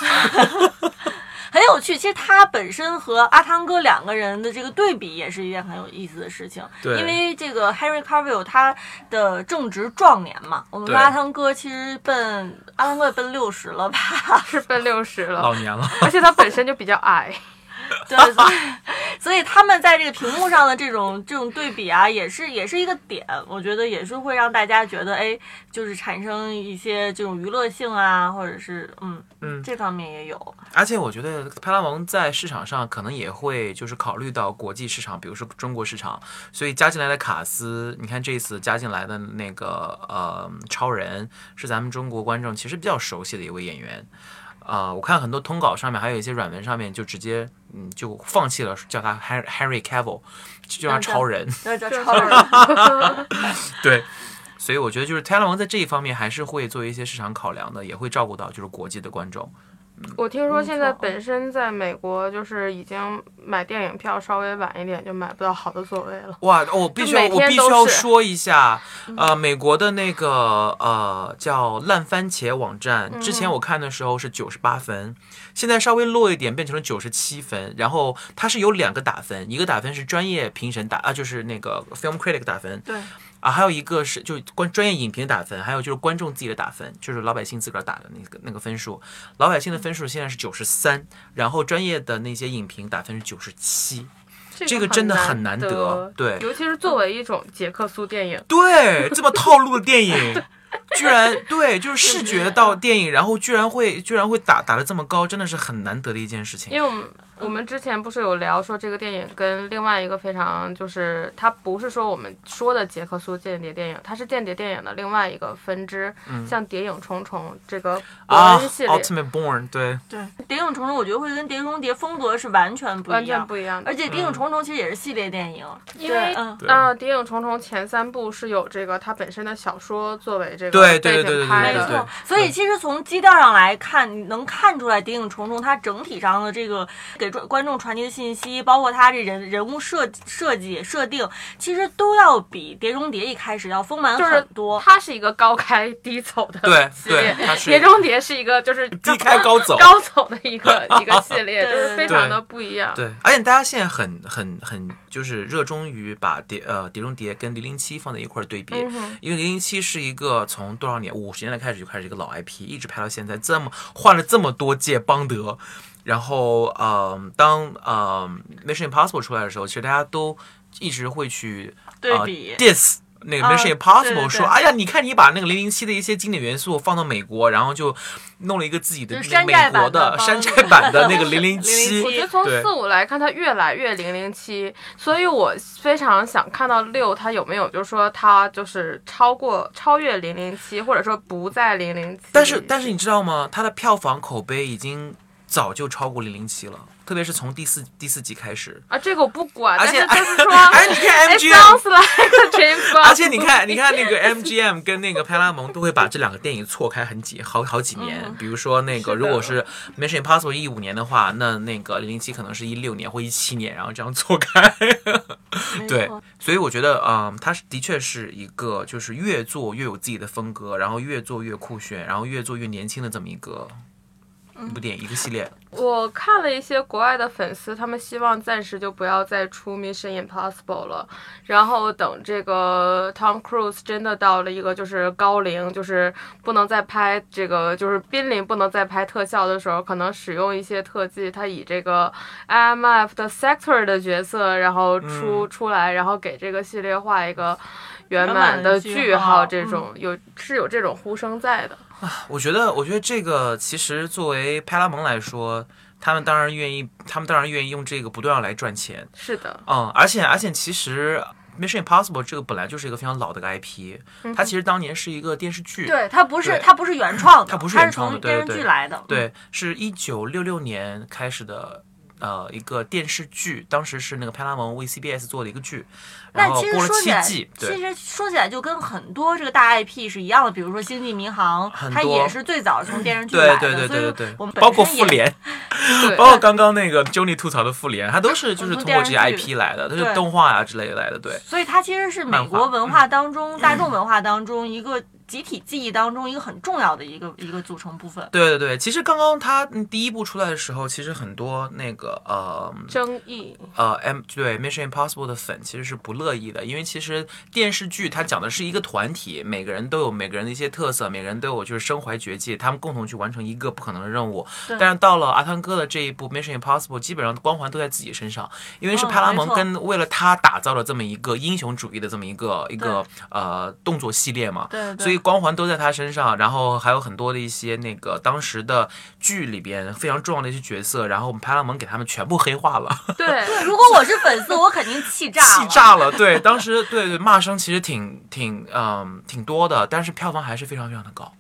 Speaker 1: 很有趣。其实他本身和阿汤哥两个人的这个对比也是一件很有意思的事情。
Speaker 2: 对
Speaker 1: 因为这个 Henry Cavill 他的正值壮年嘛，我们说
Speaker 2: 对
Speaker 1: 阿汤哥其实奔阿汤哥也奔六十了吧？
Speaker 3: 是奔六十了，
Speaker 2: 老年了，
Speaker 3: 而且他本身就比较矮，
Speaker 1: 对，所以所以 [laughs] 他们在这个屏幕上的这种这种对比啊，也是也是一个点，我觉得也是会让大家觉得，哎，就是产生一些这种娱乐性啊，或者是嗯
Speaker 2: 嗯
Speaker 1: 这方面也有，
Speaker 2: 而且我觉得派拉蒙在市场上可能也会就是考虑到国际市场，比如说中国市场，所以加进来的卡斯，你看这次加进来的那个呃超人是咱们中国观众其实比较熟悉的一位演员。啊、我看很多通稿上面，还有一些软文上面就直接，嗯，就放弃了叫他 Harry Harry Cavill，就叫他
Speaker 1: 嗯对
Speaker 2: 超人。 [laughs]
Speaker 1: 那叫
Speaker 3: 就是
Speaker 1: 超人。
Speaker 2: 对，所以我觉得就是泰勒王在这一方面还是会做一些市场考量的，也会照顾到就是国际的观众。
Speaker 3: 我听说现在
Speaker 1: 没错
Speaker 3: 本身在美国就是已经买电影票稍微晚一点就买不到好的座位了。
Speaker 2: 哇，哦我必须要
Speaker 3: 每
Speaker 2: 我
Speaker 3: 天
Speaker 2: 必须
Speaker 3: 都
Speaker 2: 要
Speaker 3: 是
Speaker 2: 说一下，呃，美国的那个呃叫烂番茄网站，之前我看的时候是九十八分，现在稍微落一点变成了九十七分。然后它是有两个打分，一个打分是专业评审打啊，就是那个 film critic 打分，
Speaker 1: 对，
Speaker 2: 啊，还有一个是就观专业影评打分，还有就是观众自己的打分，就是老百姓自个儿打的那个那个分数。老百姓的分数现在是九十三，然后专业的那些影评打分是九十七。这个
Speaker 3: 很
Speaker 2: 真的很
Speaker 3: 难
Speaker 2: 难得对
Speaker 3: 尤其是作为一种捷克苏电影，
Speaker 2: 对，这么套路的电
Speaker 3: [laughs]
Speaker 2: 影，居然对，就是视觉到电影，然后居然会居然会打打的这么高，真的是很难得的一件事情。
Speaker 3: 因为我们我们之前不是有聊说这个电影跟另外一个非常就是它不是说我们说的捷克苏间谍电影，它是间谍谍电影的另外一个分支，像《谍影重重》这个
Speaker 2: 嗯
Speaker 3: 伯
Speaker 2: 啊
Speaker 3: 恩系列，
Speaker 2: ，Ultimate Born，对，
Speaker 1: 对，《谍影重重》我觉得会跟《碟中谍》风格是完全不一样，
Speaker 3: 完全不一样的
Speaker 1: 而。且《谍影重重》其实也是系列电影，
Speaker 3: 因为
Speaker 1: 嗯，
Speaker 2: 对
Speaker 3: 啊，《谍影重重》前三部是有这个它本身的小说作为这
Speaker 2: 对
Speaker 3: 个
Speaker 2: 对
Speaker 3: 背
Speaker 2: 对对
Speaker 3: 景拍
Speaker 1: 没
Speaker 2: 对对对
Speaker 3: 的，
Speaker 1: 错。所以其实从基调上来看，你能看出来《谍影重重》它整体上的这个给观众传递的信息，包括它这人人物设设计设定，其实都要比《碟中谍》一开始要丰满
Speaker 3: 就是
Speaker 1: 很多。
Speaker 3: 它是一个高开低走的
Speaker 2: 对
Speaker 3: 系
Speaker 2: 对
Speaker 3: 列，，
Speaker 2: 它
Speaker 3: 《
Speaker 2: 是
Speaker 3: 碟中谍》是一个就是
Speaker 2: 低开高走，
Speaker 3: 高走的一
Speaker 2: [laughs]
Speaker 3: 个一个系列，
Speaker 1: 对
Speaker 3: 就是非常的不一样。
Speaker 2: 对，而且大家现在很很很就是热衷于把碟呃《碟中谍》跟《零零七》放在一块儿对比，
Speaker 1: 嗯
Speaker 2: 因为《零零七》是一个从多少年五十年代开始就开始一个老 IP，一直拍到现在，这么换了这么多届邦德。然后，嗯、当嗯、Mission Impossible》出来的时候，其实大家都一直会去
Speaker 1: 对
Speaker 2: 呃
Speaker 1: 比
Speaker 2: diss 那个
Speaker 1: 啊
Speaker 2: Mission
Speaker 1: 对
Speaker 2: Impossible，、
Speaker 1: 对
Speaker 2: 说，
Speaker 1: 对
Speaker 2: 哎呀，你看你把那个零零七的一些经典元素放到美国，然后就弄了一个自己的
Speaker 1: 就是
Speaker 2: 那个
Speaker 1: 山寨
Speaker 2: 美国
Speaker 1: 版的
Speaker 2: 的
Speaker 1: 帮
Speaker 2: 山寨版的那个
Speaker 1: [laughs]
Speaker 2: 零零
Speaker 1: 007
Speaker 2: 七，
Speaker 3: 我觉得从
Speaker 2: 对
Speaker 3: 四五来看，它越来越零零七，所以我非常想看到六，它有没有就是说它就是超过超越零零七，或者说不在零零七。
Speaker 2: 但是但是你知道吗？它的票房口碑已经早就超过零零七了，特别是从第四第四集开始。
Speaker 3: 啊，这个我不管，
Speaker 2: 而
Speaker 3: 但
Speaker 2: 且
Speaker 3: 是
Speaker 2: [laughs]
Speaker 3: 就是说，
Speaker 2: 哎，你看
Speaker 3: it
Speaker 2: MGM，
Speaker 3: sounds like a dream b o
Speaker 2: 而且你看，你看那个 MGM 跟那个派拉蒙都会把这两个电影错开很几好好几年。比如说那个，
Speaker 3: 嗯是的
Speaker 2: 如果是 Mission Impossible 一五年的话，那那个零零七可能是一六年或一七年，然后这样错开。
Speaker 1: 没
Speaker 2: 对
Speaker 1: 错，
Speaker 2: 所以我觉得，嗯，他是的确是一个，就是越做越有自己的风格，然后越做越酷炫，然后越做越年轻的这么一个一部电影一个系列。
Speaker 3: 我看了一些国外的粉丝，他们希望暂时就不要再出 Mission Impossible 了，然后等这个 Tom Cruise 真的到了一个就是高龄，就是不能再拍这个，就是濒临不能再拍特效的时候，可能使用一些特技，他以这个 IMF 的 Sector 的角色，然后出、出来，然后给这个系列画一个圆满的句号，嗯这种、有是有这种呼声在的。
Speaker 2: 我觉得，我觉得这个其实作为派拉蒙来说，他们当然愿意，他们当然愿意用这个不断来赚钱。
Speaker 3: 是的，
Speaker 2: 嗯，而且而且其实。Mission Impossible 这个本来就是一个非常老的一个 IP，、它其实当年是一个电视剧，
Speaker 1: 对，它不是
Speaker 2: 对
Speaker 1: 它不是原创的，
Speaker 2: 它不是
Speaker 1: 它
Speaker 2: 原
Speaker 1: 是
Speaker 2: 创的
Speaker 1: 从
Speaker 2: 对
Speaker 1: 电视
Speaker 2: 对
Speaker 1: 剧
Speaker 2: 对
Speaker 1: 来的。
Speaker 2: 对，是一九六六年开始的，呃，一个电视剧，当时是那个派拉蒙为 CBS 做的一个剧，然
Speaker 1: 但
Speaker 2: 后
Speaker 1: 其实
Speaker 2: 播了
Speaker 1: 说起
Speaker 2: 七
Speaker 1: 来，
Speaker 2: 季，
Speaker 1: 其实
Speaker 2: 对，
Speaker 1: 说起来就跟很多这个大 IP 是一样的，比如说《星际迷航》，
Speaker 2: 很
Speaker 1: 它
Speaker 2: 多
Speaker 1: 也是最早从电视剧来
Speaker 2: 对
Speaker 1: 的，
Speaker 2: 对对对
Speaker 1: 所
Speaker 2: 对
Speaker 1: 以我
Speaker 2: 对
Speaker 1: 们，
Speaker 2: 包括
Speaker 1: 本身
Speaker 2: 复
Speaker 1: 也
Speaker 2: 联，
Speaker 1: [laughs]
Speaker 2: [laughs]
Speaker 3: 对。
Speaker 2: 包括刚刚那个 Johnny 吐槽的复联，它都是就是
Speaker 1: 从
Speaker 2: 通过这
Speaker 1: 电
Speaker 2: 些
Speaker 1: 视剧
Speaker 2: IP 来的，它是
Speaker 1: 对
Speaker 2: 动画啊之类的来的，对。
Speaker 1: 所以它其实是美
Speaker 2: 漫画
Speaker 1: 国文化当中、大
Speaker 2: 嗯
Speaker 1: 众文化当中一个集体记忆当中一个很重要的一个一个组成部分。
Speaker 2: 对对对，其实刚刚他嗯第一部出来的时候，其实很多那个呃
Speaker 3: 争议，
Speaker 2: 呃 M 对 Mission Impossible 的粉其实是不乐意的，因为其实电视剧它讲的是一个团体，每个人都有每个人的一些特色，每个人都有就是身怀绝技，他们共同去完成一个不可能的任务。
Speaker 1: 对
Speaker 2: 但是到了阿汤哥的这一部 Mission Impossible，基本上光环都在自己身上，因为是
Speaker 1: 嗯
Speaker 2: 派拉
Speaker 1: 没
Speaker 2: 蒙
Speaker 1: 错
Speaker 2: 跟为了他打造了这么一个英雄主义的这么一个一个呃动作系列嘛，
Speaker 1: 对对
Speaker 2: 所以光环都在他身上，然后还有很多的一些那个当时的剧里边非常重要的一些角色，然后我们派拉蒙给他们全部黑化了。
Speaker 3: 对，
Speaker 1: 如果我是粉丝，我肯定气炸了。
Speaker 2: 气炸了。对，当时对对骂声其实挺挺嗯、挺多的，但是票房还是非常非常的高。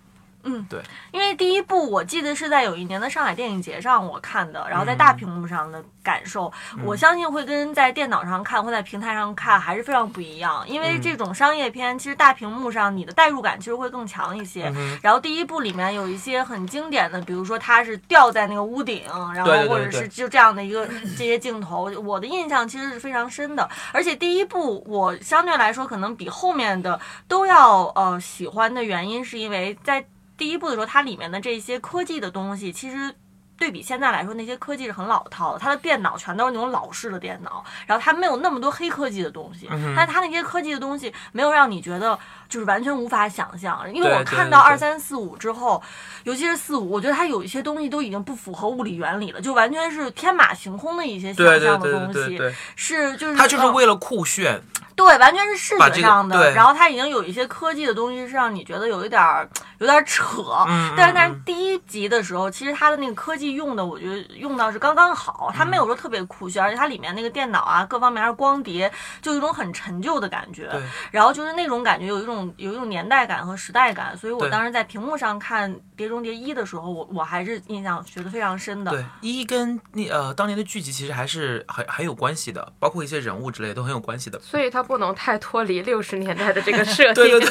Speaker 1: 因为第一部我记得是在有一年的上海电影节上我看的，然后在大
Speaker 2: 嗯
Speaker 1: 屏幕上的感受，我相信会跟在电脑上看或在平台上看还是非常不一样。因
Speaker 2: 嗯
Speaker 1: 为这种商业片，其实大屏幕上你的代入感其实会更强一
Speaker 2: 嗯
Speaker 1: 些。然后第一部里面有一些很经典的，比如说他是吊在那个屋顶，然后
Speaker 2: 对对对
Speaker 1: 或者
Speaker 2: 对
Speaker 1: 是就这样的一个这些镜头，我的印象其实是非常深的。而且第一部我相对来说可能比后面的都要呃喜欢的原因，是因为在第一部的时候，它里面的这些科技的东西，其实对比现在来说，那些科技是很老套的。它的电脑全都是那种老式的电脑，然后它没有那么多黑科技的东
Speaker 2: 嗯
Speaker 1: 西。但它那些科技的东西没有让你觉得就是完全无法想象，因为
Speaker 2: 对
Speaker 1: 我
Speaker 2: 对
Speaker 1: 看到
Speaker 2: 对
Speaker 1: 二三四五之后，尤其是四五，我觉得它有一些东西都已经不符合物理原理了，就完全是天马行空的一些想象的东西，，是就是
Speaker 2: 他就是
Speaker 1: 嗯
Speaker 2: 为了酷炫，
Speaker 1: 对，完全是视
Speaker 2: 把
Speaker 1: 觉
Speaker 2: 这个
Speaker 1: 上的。
Speaker 2: 对
Speaker 1: 然后它已经有一些科技的东西，是让你觉得有一点儿有点扯。
Speaker 2: 嗯
Speaker 1: 但是但是
Speaker 2: 嗯
Speaker 1: 第一集的时候，其实它的那个科技用的，我觉得用到是刚刚好，它
Speaker 2: 嗯
Speaker 1: 没有说特别酷炫，而且它里面那个电脑啊，各方面还是光碟，就有一种很陈旧的感觉。
Speaker 2: 对，
Speaker 1: 然后就是那种感觉，有一种有一种年代感和时代感。所以我
Speaker 2: 对
Speaker 1: 当时在屏幕上看《碟中谍一》的时候，我我还是印象觉得非常深的。
Speaker 2: 对，一跟那呃当年的剧集其实还是很很有关系的，包括一些人物之类都很有关系的。
Speaker 3: 所以它不能太脱离六十年代的这个设定。
Speaker 2: [laughs] 对对
Speaker 3: [laughs]
Speaker 2: 对。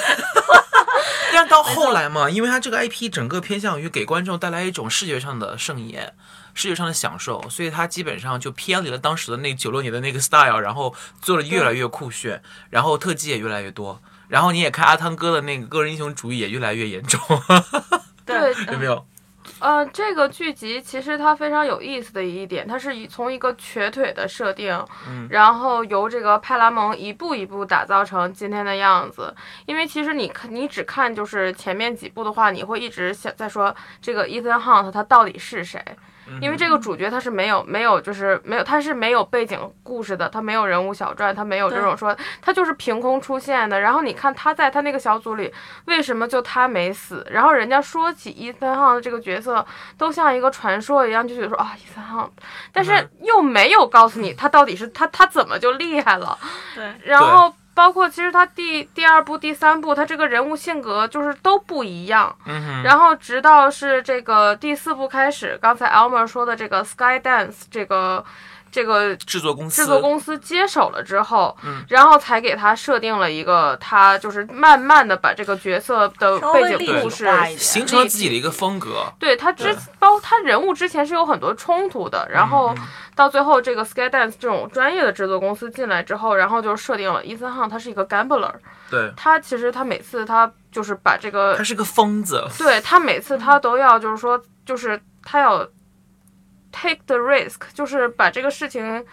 Speaker 2: 但到后来嘛，因为它这个 IP 整个偏向于给观众带来一种视觉上的盛宴、视觉上的享受，所以它基本上就偏离了当时的那九六年的那个 style，然后做的越来越酷炫，然后特技也越来越多，然后你也看阿汤哥的那个个人英雄主义也越来越严重， [laughs]
Speaker 1: 对
Speaker 3: 对
Speaker 2: 有没有？
Speaker 3: 呃，这个剧集其实它非常有意思的一点，它是以从一个瘸腿的设定，然后由这个派拉蒙一步一步打造成今天的样子。因为其实你看，你只看就是前面几部的话，你会一直想在说这个伊森汉特他到底是谁。因为这个主角他是没有没有就是没有他是没有背景故事的，他没有人物小传，他没有这种说他就是凭空出现的。然后你看他在他那个小组里，为什么就他没死？然后人家说起伊森汉的这个角色，都像一个传说一样，就觉得说啊，伊森汉，但是
Speaker 2: 嗯
Speaker 3: 又没有告诉你他到底是他他怎么就厉害了。
Speaker 1: 对
Speaker 3: 然后包括其实他第第二部、第三部，他这个人物性格就是都不一样。
Speaker 2: 嗯哼，
Speaker 3: 然后直到是这个第四部开始，刚才 Elmer 说的这个 Skydance 这个这个
Speaker 2: 制作公司，
Speaker 3: 制作公司接手了之后，
Speaker 2: 嗯
Speaker 3: 然后才给他设定了一个他就是慢慢的把这个角色的
Speaker 1: 稍微
Speaker 3: 背
Speaker 1: 立
Speaker 3: 景
Speaker 1: 体
Speaker 3: 故事
Speaker 1: 化一点
Speaker 2: 形成了自己的一个风格。
Speaker 3: 对他之
Speaker 2: 对嗯
Speaker 3: 包他人物之前是有很多冲突的，然后到最后这个 Skydance 这种专业的制作公司进来之后，然后就设定了伊森汉他是一个 gambler，
Speaker 2: 对，
Speaker 3: 他其实他每次他就是把这个
Speaker 2: 他是个疯子，
Speaker 3: 对他每次他都要就是说，就是他要 take the risk，就是把这个事情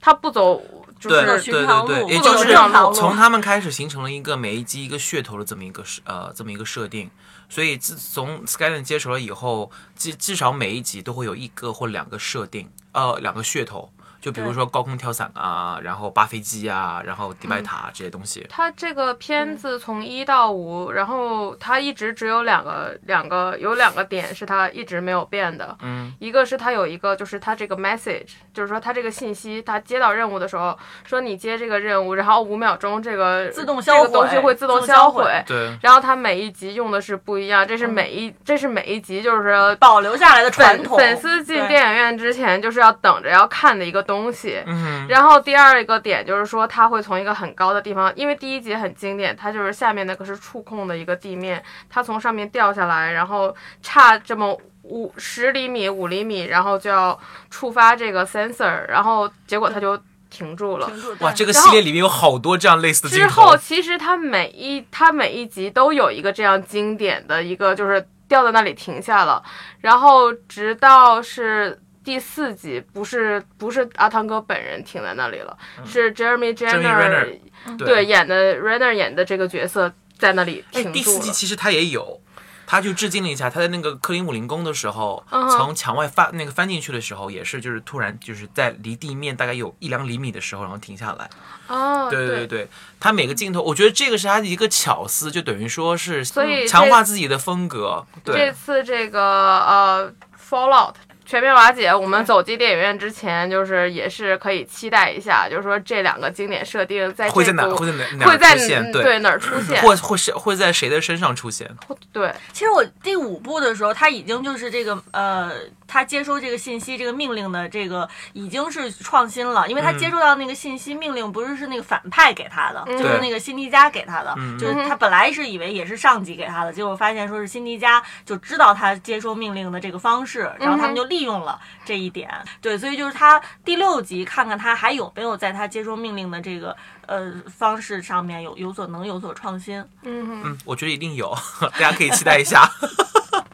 Speaker 3: 他不走，就
Speaker 2: 对
Speaker 1: 走
Speaker 3: 是
Speaker 1: 寻
Speaker 2: 对
Speaker 1: 常
Speaker 2: 对对，
Speaker 1: 路
Speaker 2: 也
Speaker 3: 不走
Speaker 2: 就是
Speaker 3: 寻常路
Speaker 2: 从他们开始形成了一个每一集一个噱头的这么一个设呃这么一个设定，所以自从 Skyline 接手了以后，至至少每一集都会有一个或两个设定，呃两个噱头，就比如
Speaker 1: 对
Speaker 2: 说高空跳伞啊，然后扒飞机啊，然后迪
Speaker 3: 嗯
Speaker 2: 拜塔这些东西。
Speaker 3: 他这个片子从一到五，然后他一直只有两个两个有两个点是他一直没有变的，
Speaker 2: 嗯，
Speaker 3: 一个是他有一个就是他这个 message，就是说他这个信息，他接到任务的时候说你接这个任务，然后五秒钟这个
Speaker 1: 自动销毁
Speaker 3: 这个东西会自动
Speaker 1: 自动销
Speaker 3: 毁
Speaker 1: 毁，
Speaker 2: 对，
Speaker 3: 然后它每一集用的是不一样，这是每一、这是每一集就是说
Speaker 1: 保留下来的传
Speaker 3: 粉
Speaker 1: 统。
Speaker 3: 粉丝进
Speaker 1: 对
Speaker 3: 电影院之前就是要等着要看的一个东西。
Speaker 2: 嗯哼，
Speaker 3: 然后第二个点就是说，它会从一个很高的地方，因为第一集很经典，它就是下面那个是触控的一个地面，它从上面掉下来，然后差这么五十厘米、五厘米，然后就要触发这个 sensor，然后结果它就停住了。
Speaker 1: 停住对
Speaker 2: 哇，这个
Speaker 3: 然
Speaker 2: 系
Speaker 3: 后
Speaker 2: 列里面有好多这样类似的
Speaker 3: 之
Speaker 2: 镜
Speaker 3: 后
Speaker 2: 头。
Speaker 3: 其实它每一它每一集都有一个这样经典的一个，就是掉在那里停下了，然后直到是。第四集不是不是阿汤哥本人停在那里了，是 Jeremy
Speaker 2: 嗯 Jeremy
Speaker 3: Renner
Speaker 2: Renner，
Speaker 3: 对演的 Renner 演的这个角色在那里
Speaker 2: 哎
Speaker 3: 停，
Speaker 2: 第
Speaker 3: 住
Speaker 2: 四
Speaker 3: 了
Speaker 2: 季。其实他也有，他就致敬了一下。他在那个克林姆林宫的时候，
Speaker 3: 嗯哼
Speaker 2: 从墙外翻那个翻进去的时候，也是就是突然就是在离地面大概有一两厘米的时候，然后停下来。
Speaker 3: 哦，
Speaker 2: 对对对，他每个镜头，我觉得这个是他的一个巧思，就等于说是
Speaker 3: 所以
Speaker 2: 强
Speaker 3: 这
Speaker 2: 化自己的风格。
Speaker 3: 这
Speaker 2: 对，
Speaker 3: 次这个呃 Fallout 全面瓦解，我们走进电影院之前，就是也是可以期待一下，就是说这两个经典设定在
Speaker 2: 会
Speaker 3: 这
Speaker 2: 在哪
Speaker 3: 部
Speaker 2: 会在哪哪
Speaker 3: 会
Speaker 2: 儿
Speaker 3: 在嗯
Speaker 2: 出现？
Speaker 3: 对哪儿出现？
Speaker 2: 或或是会在谁的身上出现？
Speaker 3: 对，
Speaker 1: 其实我第五部的时候，他已经就是这个呃，他接收这个信息、这个命令的这个已经是创新了，因为
Speaker 2: 嗯
Speaker 1: 他接收到那个信息命令不是是那个反派给他的，就是那个辛迪加给他的，
Speaker 2: 嗯
Speaker 1: 就是他本来是以为也是上级给他的，结果发现说是辛迪加就知道他接收命令的这个方式，然后他们就利用了这一点。对，所以就是他第六集看看他还有没有在他接收命令的这个呃方式上面有有所能有所创新。
Speaker 3: 嗯哼，
Speaker 2: 嗯，我觉得一定有，大家可以期待一下。 [laughs]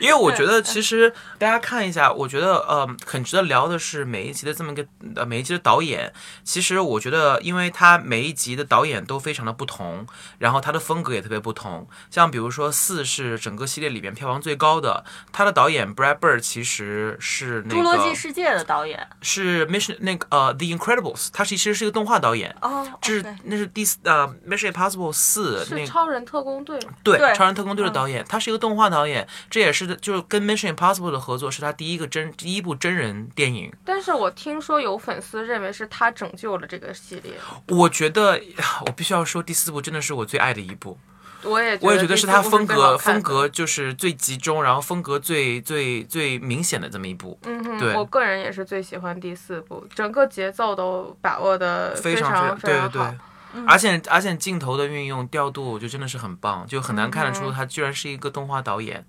Speaker 2: 因为我觉得其实大家看一下，我觉得呃很值得聊的是每一集的这么一个呃每一集的导演，其实我觉得因为他每一集的导演都非常的不同，然后他的风格也特别不同。像比如说四是整个系列里面票房最高的，他的导演 Brad Bird 其实是那
Speaker 1: 侏罗纪
Speaker 2: 个
Speaker 1: 世界》的导演
Speaker 2: 是 Mission 那个呃 The Incredibles，他其实是一个动画导演。
Speaker 1: 哦，
Speaker 2: 这是
Speaker 1: 对
Speaker 2: 那是第四呃《Mission Impossible 四》那
Speaker 3: 是
Speaker 2: 个
Speaker 3: 超人特工队，
Speaker 2: 对，
Speaker 1: 对
Speaker 2: 超人特工
Speaker 3: 嗯
Speaker 2: 队》的导演，他是一个动画导演，这也是就是跟 Mission Impossible 的合作，是他第一个真第一部真人电影。
Speaker 3: 但是我听说有粉丝认为是他拯救了这个系列，
Speaker 2: 我觉得啊我必须要说，第四部真的是我最爱的一部，
Speaker 3: 我也
Speaker 2: 我也觉
Speaker 3: 觉
Speaker 2: 得
Speaker 3: 得
Speaker 2: 是他
Speaker 3: 第四部
Speaker 2: 风
Speaker 3: 最好
Speaker 2: 格
Speaker 3: 看
Speaker 2: 风
Speaker 3: 的
Speaker 2: 格就是最集中，然后风格最最最明显的这么一部。
Speaker 3: 嗯
Speaker 2: 对
Speaker 3: 哼，我个人也是最喜欢第四部，整个节奏都把握的
Speaker 2: 非
Speaker 3: 常
Speaker 2: 常
Speaker 3: 非
Speaker 2: 对对
Speaker 3: 好嗯
Speaker 2: 对。，而且而且镜头的运用调度，我觉得真的是很棒，就很难看得出
Speaker 3: 嗯
Speaker 2: 他居然是一个动画导演。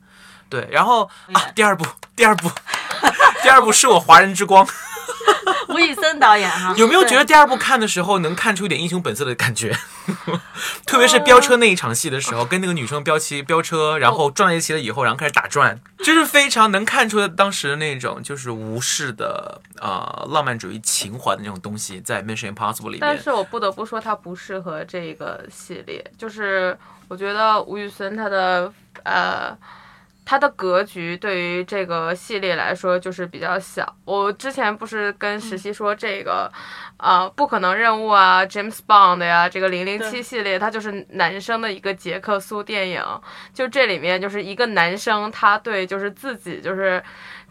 Speaker 2: 对，然后啊，第二部，第二部， [laughs] 第二部是我华人之光。
Speaker 1: 吴宇森导演哈。
Speaker 2: [laughs] 有没有
Speaker 1: 对
Speaker 2: 觉得第二部看的时候能看出一点英雄本色的感觉？ [laughs] 特别是飙车那一场戏的时
Speaker 3: 呃
Speaker 2: 候，跟那个女生飙骑飙车，然后撞在一起了以后，然后开始打转，就是非常能看出当时的那种就是无视的呃浪漫主义情怀的那种东西，在《Mission Impossible》里
Speaker 3: 但
Speaker 2: 面。
Speaker 3: 是我不得不说，它不适合这个系列。就是我觉得吴宇森他的呃，他的格局对于这个系列来说就是比较小。我之前不是跟石溪说这个啊、呃不可能任务啊，James Bond 呀、这个零零
Speaker 1: 对
Speaker 3: 七系列，它就是男生的一个杰克苏电影。就这里面就是一个男生，他对就是自己就是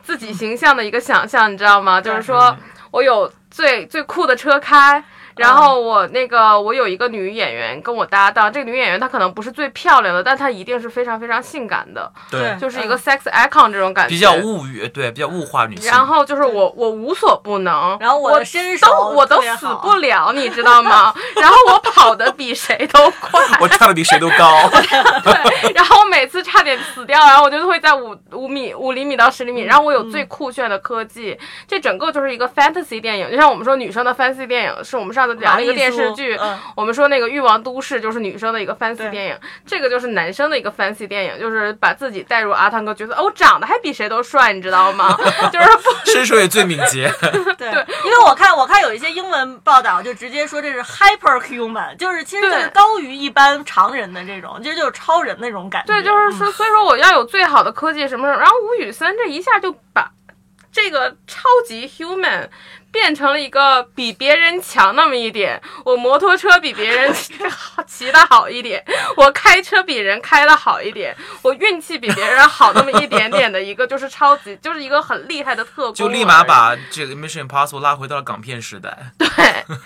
Speaker 3: 自己形象的一个想象，你知道
Speaker 2: 嗯
Speaker 3: 吗？就是说我有最最酷的车开。然后我那个我有一个女演员跟我搭档，这个女演员她可能不是最漂亮的，但她一定是非常非常性感的，
Speaker 1: 对
Speaker 3: 就是一个 sex icon 这种感觉。
Speaker 2: 嗯比较物语，对，比较物化女性。
Speaker 3: 然后就是我我无所不能，
Speaker 1: 然后我
Speaker 3: 我
Speaker 1: 的身手
Speaker 3: 都我
Speaker 1: 特
Speaker 3: 都
Speaker 1: 别
Speaker 3: 死
Speaker 1: 好
Speaker 3: 不了，你知道吗？然后我跑得比谁都快，
Speaker 2: 我跳的比谁都
Speaker 3: [laughs]
Speaker 2: 高，
Speaker 3: 对，然后我每次差点死掉，然后我就会在五五米、五厘米到十厘米，然后我
Speaker 1: 嗯
Speaker 3: 有最酷炫的科技，这整个就是一个 fantasy 电影，就像我们说女生的 fantasy 电影，是我们上次聊
Speaker 1: 玛
Speaker 3: 那
Speaker 1: 丽
Speaker 3: 个电视
Speaker 1: 苏
Speaker 3: 剧，
Speaker 1: 嗯
Speaker 3: 我们说那个《欲望都市》就是女生的一个 fantasy
Speaker 1: 对
Speaker 3: 电影，这个就是男生的一个 fantasy 电影，就是把自己带入阿汤哥，觉得哦，我长得还比谁都帅，你知道吗？ [laughs] 就是不
Speaker 2: 身手也最敏
Speaker 3: [laughs]
Speaker 2: 捷。
Speaker 1: 对，因为我看我看有一些英文报道，就直接说这是 hyper human，就是其实就是
Speaker 3: 对
Speaker 1: 高于一般常人的这种，这就是超人那种感觉。
Speaker 2: 嗯
Speaker 3: 对，就是说，所以说我要有最好的科技什么什么。然后吴宇森这一下就把这个超级 human 变成了一个比别人强那么一点。我摩托车比别人 [laughs] 骑的好一点，我开车比人开的好一点，我运气比别人好那么一点点的一个，就是超级，就是一个很厉害的特工而已。
Speaker 2: 就立马把这个《Mission Impossible》拉回到了港片时代。
Speaker 3: 对。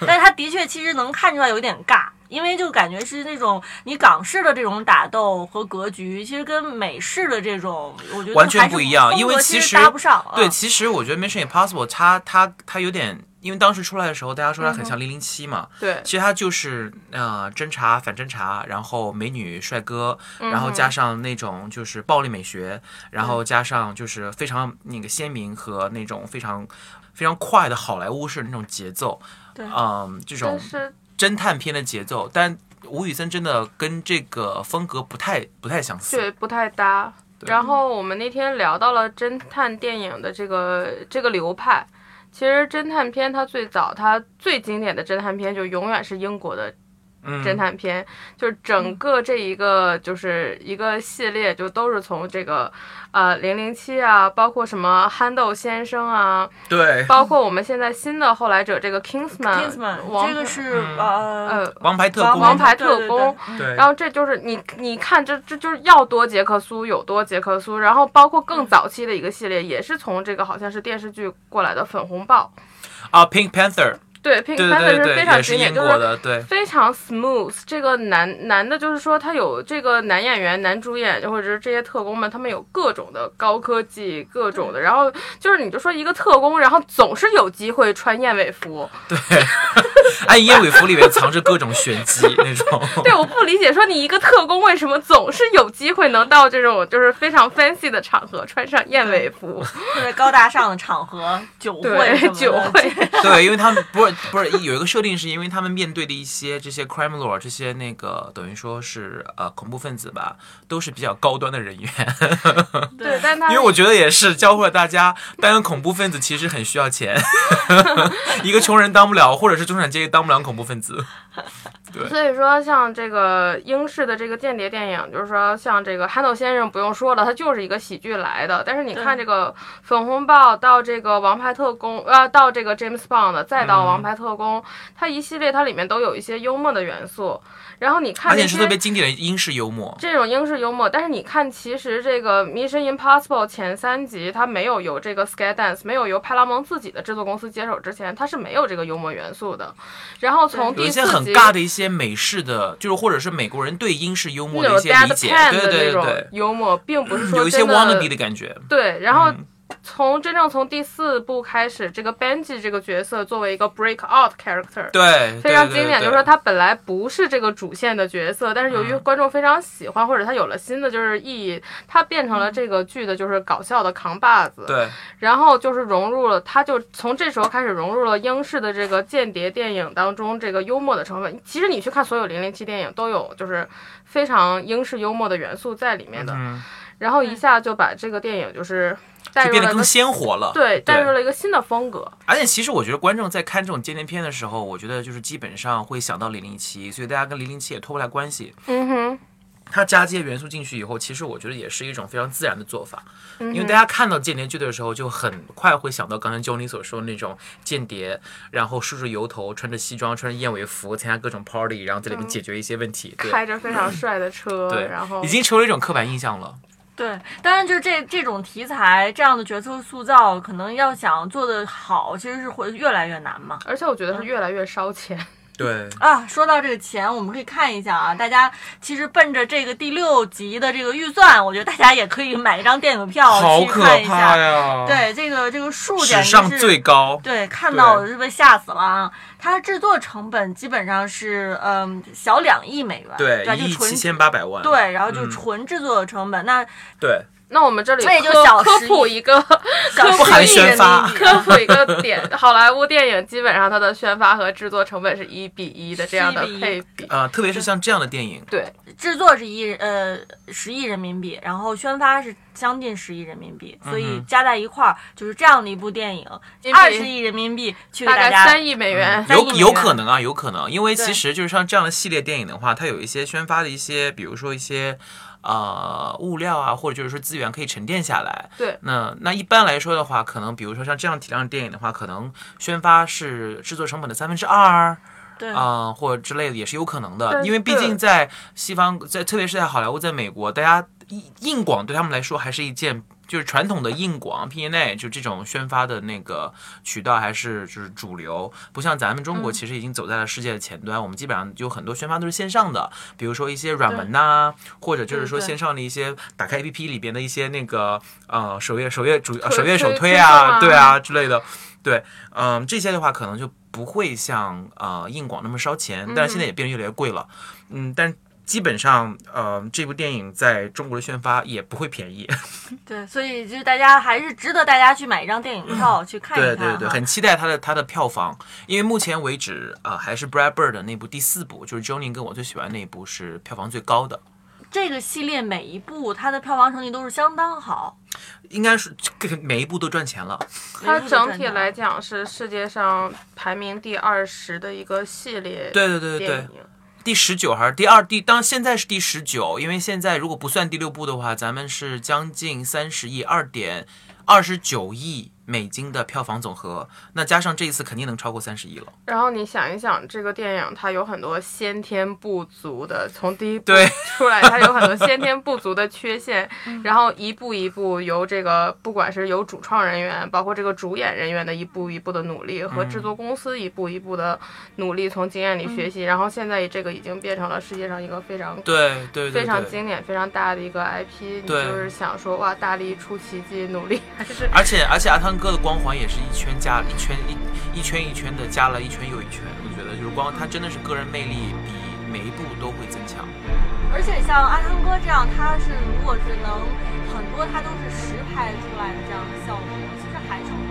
Speaker 1: 但是他的确其实能看出来有点尬，因为就感觉是那种你港式的这种打斗和格局，其实跟美式的这种，我觉得
Speaker 2: 完全
Speaker 1: 还是
Speaker 2: 不一样，
Speaker 1: 风格
Speaker 2: 因为
Speaker 1: 其
Speaker 2: 实
Speaker 1: 搭不上。啊
Speaker 2: 对，其实我觉得《Mission Impossible》它它它有点，因为当时出来的时候，大家说它很
Speaker 3: 嗯
Speaker 2: 像《零零七》嘛，
Speaker 3: 对
Speaker 2: 其实它就是呃侦查、反侦查，然后美女、帅哥，
Speaker 3: 嗯
Speaker 2: 然后加上那种就是暴力美学，然后加上就是非常那个鲜明和那种非常非常快的好莱坞式的那种节奏，
Speaker 1: 对
Speaker 2: 嗯， [laughs] 这种
Speaker 3: 但是
Speaker 2: 侦探片的节奏，但。吴宇森真的跟这个风格不太不太相似，
Speaker 3: 对，不太搭。然后我们那天聊到了侦探电影的这个这个流派，其实侦探片它最早它最经典的侦探片就永远是英国的
Speaker 2: 嗯，
Speaker 3: 侦探片，就是整个这一个就是一个系列，就都是从这个呃零零七啊，包括什么憨豆先生啊，
Speaker 2: 对，
Speaker 3: 包括我们现在新的后来者这个 Kingsman，,
Speaker 1: Kingsman
Speaker 3: 王
Speaker 1: 这个是
Speaker 2: 嗯
Speaker 1: 呃
Speaker 3: 呃
Speaker 2: 王牌特
Speaker 1: 王
Speaker 2: 工，
Speaker 3: 王牌
Speaker 1: 对
Speaker 3: 特
Speaker 1: 对
Speaker 3: 工
Speaker 1: 对
Speaker 2: 对，
Speaker 3: 然后这就是你，你看这这就是要多杰克苏有多杰克苏，然后包括更早期的一个系列，也是从这个好像是电视剧过来的《粉红豹》，
Speaker 2: 啊，Pink Panther，
Speaker 3: 对，Pink [laughs]
Speaker 2: 对对
Speaker 3: Panther
Speaker 2: 对对，
Speaker 3: 非常
Speaker 2: 也是
Speaker 3: 经典，
Speaker 2: 英
Speaker 3: 就
Speaker 2: 国
Speaker 3: 是
Speaker 2: 的，对，
Speaker 3: [laughs] 非常 smooth。这个男男的，就是说他有这个男演员、男主演，或者是这些特工们，他们有各种的高科技，各种的，然后就是你就说一个特工，然后总是有机会穿燕尾服，
Speaker 2: 暗夜礼哎服里面藏着各种玄
Speaker 3: [laughs]
Speaker 2: 机那种。
Speaker 3: 对，我不理解，说你一个特工为什么总是有机会能到这种就是非常 fancy 的场合穿上燕尾服？
Speaker 1: 特别高大上的场合，酒会什么的
Speaker 3: 对，[laughs] 酒会，
Speaker 2: 对，因为他们不是不是有一个设定，是因为他们面对的一些这些 crime lord 这些那个等于说是呃恐怖分子吧，都是比较高端的人员。
Speaker 3: 对，但他
Speaker 2: 因为我觉得也是教会了大家，当个恐怖分子其实很需要
Speaker 3: [laughs]
Speaker 2: 钱，一个穷人当不了，或者是中产阶级当不了恐怖分子。
Speaker 3: 所以说，像这个英式的这个间谍电影，就是说，像这个憨豆先生不用说了，他就是一个喜剧来的。但是你看这个《粉红豹》到这个《王牌特工》，呃，到这个 James Bond，再到《
Speaker 2: 嗯
Speaker 3: 王牌特工》它一系列它里面都有一些幽默的元素。然后你看
Speaker 2: 而
Speaker 3: 那
Speaker 2: 且是特别
Speaker 3: 些
Speaker 2: 经典的英式幽默。
Speaker 3: 这种英式幽默，但是你看，其实这个《Mission Impossible》前三集它没有由这个 Skydance，没有由派拉蒙自己的制作公司接手之前，它是没有这个幽默元素的。然后从
Speaker 1: 对
Speaker 2: 有
Speaker 3: 第
Speaker 2: 一
Speaker 3: 四
Speaker 2: 些很
Speaker 3: 集
Speaker 2: 尬的一些美式的，就是或者是美国人对英式幽默
Speaker 3: 那
Speaker 2: 的一
Speaker 3: 种
Speaker 2: 些
Speaker 3: dead
Speaker 2: 理解，
Speaker 3: pan
Speaker 2: 对
Speaker 3: 的那
Speaker 2: 对对
Speaker 3: 种
Speaker 2: 对，
Speaker 3: 幽默，并不是说
Speaker 2: 有一些
Speaker 3: 真
Speaker 2: wannabe 的感觉。
Speaker 3: 对，然后
Speaker 2: 嗯
Speaker 3: 从真正从第四部开始，这个 Benji 这个角色作为一个 breakout character。
Speaker 2: 对，
Speaker 3: 非
Speaker 2: 对
Speaker 3: 常
Speaker 2: 对
Speaker 3: 经典，
Speaker 2: 对
Speaker 3: 就是说他本来不是这个主线的角色，但是由于
Speaker 2: 嗯
Speaker 3: 观众非常喜欢，或者他有了新的就是意义，他变成了这个剧的就是搞笑的扛把子。
Speaker 2: 嗯对
Speaker 3: 然后就是融入了，他就从这时候开始融入了英式的这个间谍电影当中这个幽默的成分。其实你去看所有零零七电影都有，就是非常英式幽默的元素在里面的。
Speaker 2: 嗯，
Speaker 3: 然后一下就把这个电影就是带
Speaker 2: 就
Speaker 3: 入
Speaker 2: 变
Speaker 3: 了
Speaker 2: 得
Speaker 3: 一
Speaker 2: 更
Speaker 3: 个
Speaker 2: 鲜活了。
Speaker 3: 对，带入
Speaker 2: 对
Speaker 3: 了一个新的风格。
Speaker 2: 而且其实我觉得观众在看这种间谍片的时候，我觉得就是基本上会想到零零七，所以大家跟零零七也脱不开关系。
Speaker 3: 嗯哼，
Speaker 2: 它加这些元素进去以后，其实我觉得也是一种非常自然的做法，
Speaker 3: 嗯
Speaker 2: 因为大家看到间谍剧的时候，就很快会想到刚才 j o 所说的那种间谍，然后梳着油头，穿着西装，穿着燕尾服，参加各种 party，然后在里面解决一些问题。对
Speaker 3: 嗯
Speaker 2: 嗯
Speaker 3: 开着非常帅的车，
Speaker 2: 对，
Speaker 3: 然后
Speaker 2: 已经成为一种刻板印象了。
Speaker 1: 对，当然就这这种题材，这样的角色塑造，可能要想做得好，其实是会越来越难嘛。
Speaker 3: 而且我觉得是
Speaker 1: 嗯
Speaker 3: 越来越烧钱。 [laughs]
Speaker 2: 对，
Speaker 1: 啊，说到这个钱，我们可以看一下啊，大家其实奔着这个第六集的这个预算，我觉得大家也可以买一张电影票
Speaker 2: 好
Speaker 1: 去
Speaker 2: 可
Speaker 1: 看一下。
Speaker 2: 怕呀！，
Speaker 1: 对，这个这个数简直
Speaker 2: 史上
Speaker 1: 是
Speaker 2: 最高。
Speaker 1: 对，看到
Speaker 2: 对
Speaker 1: 我是被吓死了啊！它的制作成本基本上是嗯小两亿美元，
Speaker 2: 对，
Speaker 1: 吧
Speaker 2: 一
Speaker 1: 就
Speaker 2: 亿
Speaker 1: 纯
Speaker 2: 七千八百万。
Speaker 1: 对，然后就
Speaker 2: 嗯
Speaker 1: 纯制作的成本，那
Speaker 2: 对，
Speaker 3: 那我们这里
Speaker 1: 那也就
Speaker 3: 科
Speaker 1: 小
Speaker 3: 科
Speaker 1: 十
Speaker 3: 普
Speaker 1: 亿
Speaker 3: 一个 [laughs]
Speaker 1: 小
Speaker 3: 不
Speaker 1: 十
Speaker 2: 含
Speaker 1: 亿
Speaker 2: 宣
Speaker 1: 人民
Speaker 2: 发
Speaker 1: 币
Speaker 3: 科普一个点， [laughs] 好莱坞电影基本上它的宣发和制作成本是一比一的这样的
Speaker 1: 是一比
Speaker 3: 配
Speaker 1: 一
Speaker 3: 比。
Speaker 2: 呃，特别是像这样的电影，
Speaker 3: 对，
Speaker 1: 制作是一呃十亿人民币，然后宣发是将近十亿人民币，所以加在一块儿就是这样的一部电影，
Speaker 3: 嗯因为
Speaker 1: 二十亿人民币去给
Speaker 3: 大
Speaker 1: 大
Speaker 3: 概
Speaker 1: 家。嗯
Speaker 3: 三亿美元。
Speaker 1: 三亿
Speaker 2: 嗯有
Speaker 1: 美
Speaker 2: 有
Speaker 1: 元
Speaker 2: 可能啊，有可能，因为其
Speaker 1: 对
Speaker 2: 实就是像这样的系列电影的话，它有一些宣发的一些，比如说一些呃物料啊，或者就是说资源可以沉淀下来。
Speaker 3: 对，
Speaker 2: 那那一般来说的话，可能比如说像这样体量的电影的话，可能宣发是制作成本的三分之二。
Speaker 1: 对
Speaker 2: 啊、或者之类的也是有可能
Speaker 3: 但
Speaker 2: 的，
Speaker 3: 是
Speaker 2: 因为毕竟在西方，在特别是在好莱坞，在美国，大家硬硬广对他们来说还是一件就是传统的硬广 P N A 就这种宣发的那个渠道还是就是主流，不像咱们中
Speaker 1: 嗯
Speaker 2: 国其实已经走在了世界的前端，我们基本上有很多宣发都是线上的，比如说一些软文呐、或者就是说
Speaker 1: 对对
Speaker 2: 线上的一些打开 A P P 里边的一些那个呃首页首页主呃
Speaker 3: 推
Speaker 2: 首页首
Speaker 3: 推
Speaker 2: 推
Speaker 3: 推送啊
Speaker 2: 啊，对啊之类的，对，嗯、这些的话可能就不会像呃硬广那么烧
Speaker 3: 嗯
Speaker 2: 钱，但是现在也变得越来越贵了，嗯，但。基本上，呃，这部电影在中国的宣发也不会便宜。
Speaker 1: 对，所以就是大家还是值得大家去买一张电影票
Speaker 3: 嗯
Speaker 1: 去看一看
Speaker 2: 对
Speaker 1: 啊。
Speaker 2: 对对，很期待它的它的票房，因为目前为止啊、呃还是 Brad Bird 的那部第四部，就是 Johnny 跟我最喜欢那一部是票房最高的，
Speaker 1: 这个系列每一部它的票房成绩都是相当好，
Speaker 2: 应该是这个每一部都赚钱了。
Speaker 3: 它
Speaker 1: 每一部都
Speaker 3: 整
Speaker 1: 赚啊
Speaker 3: 体
Speaker 1: 钱
Speaker 3: 来讲是世界上排名第二十的一个系列
Speaker 2: 对对对对
Speaker 3: 电
Speaker 2: 对，
Speaker 3: 影。
Speaker 2: 第十九还是第二第？当现在是第十九，因为现在如果不算第六部的话，咱们是将近三十亿，二点二十九亿美金的票房总和，那加上这一次肯定能超过三十亿了。
Speaker 3: 然后你想一想，这个电影它有很多先天不足的，从第一部
Speaker 2: 对嗯
Speaker 3: 出来，它有很多先天不
Speaker 2: [laughs]
Speaker 3: 足的缺陷，然后一步一步由这个不管是由主创人员，包括这个主演人员的一步一步的努力，和制作
Speaker 2: 嗯
Speaker 3: 公司一步一步的努力，从经验里学习，然后现在这个已经变成了世界上一个非常
Speaker 2: 对对对
Speaker 3: 非常
Speaker 2: 对，
Speaker 3: 经典、非常大的一个 IP，你
Speaker 2: 对
Speaker 3: 就是想说哇，大力出奇迹，努力还是
Speaker 2: 而且而且阿汤汤哥的光环也是一圈加一圈一一圈一圈的加了一圈又一圈，我觉得就是光他真的是个人魅力比每一部都会增强。
Speaker 1: 而且像阿汤哥这样，他是如果是能很多他都是实拍出来的这样的效果，其实还是。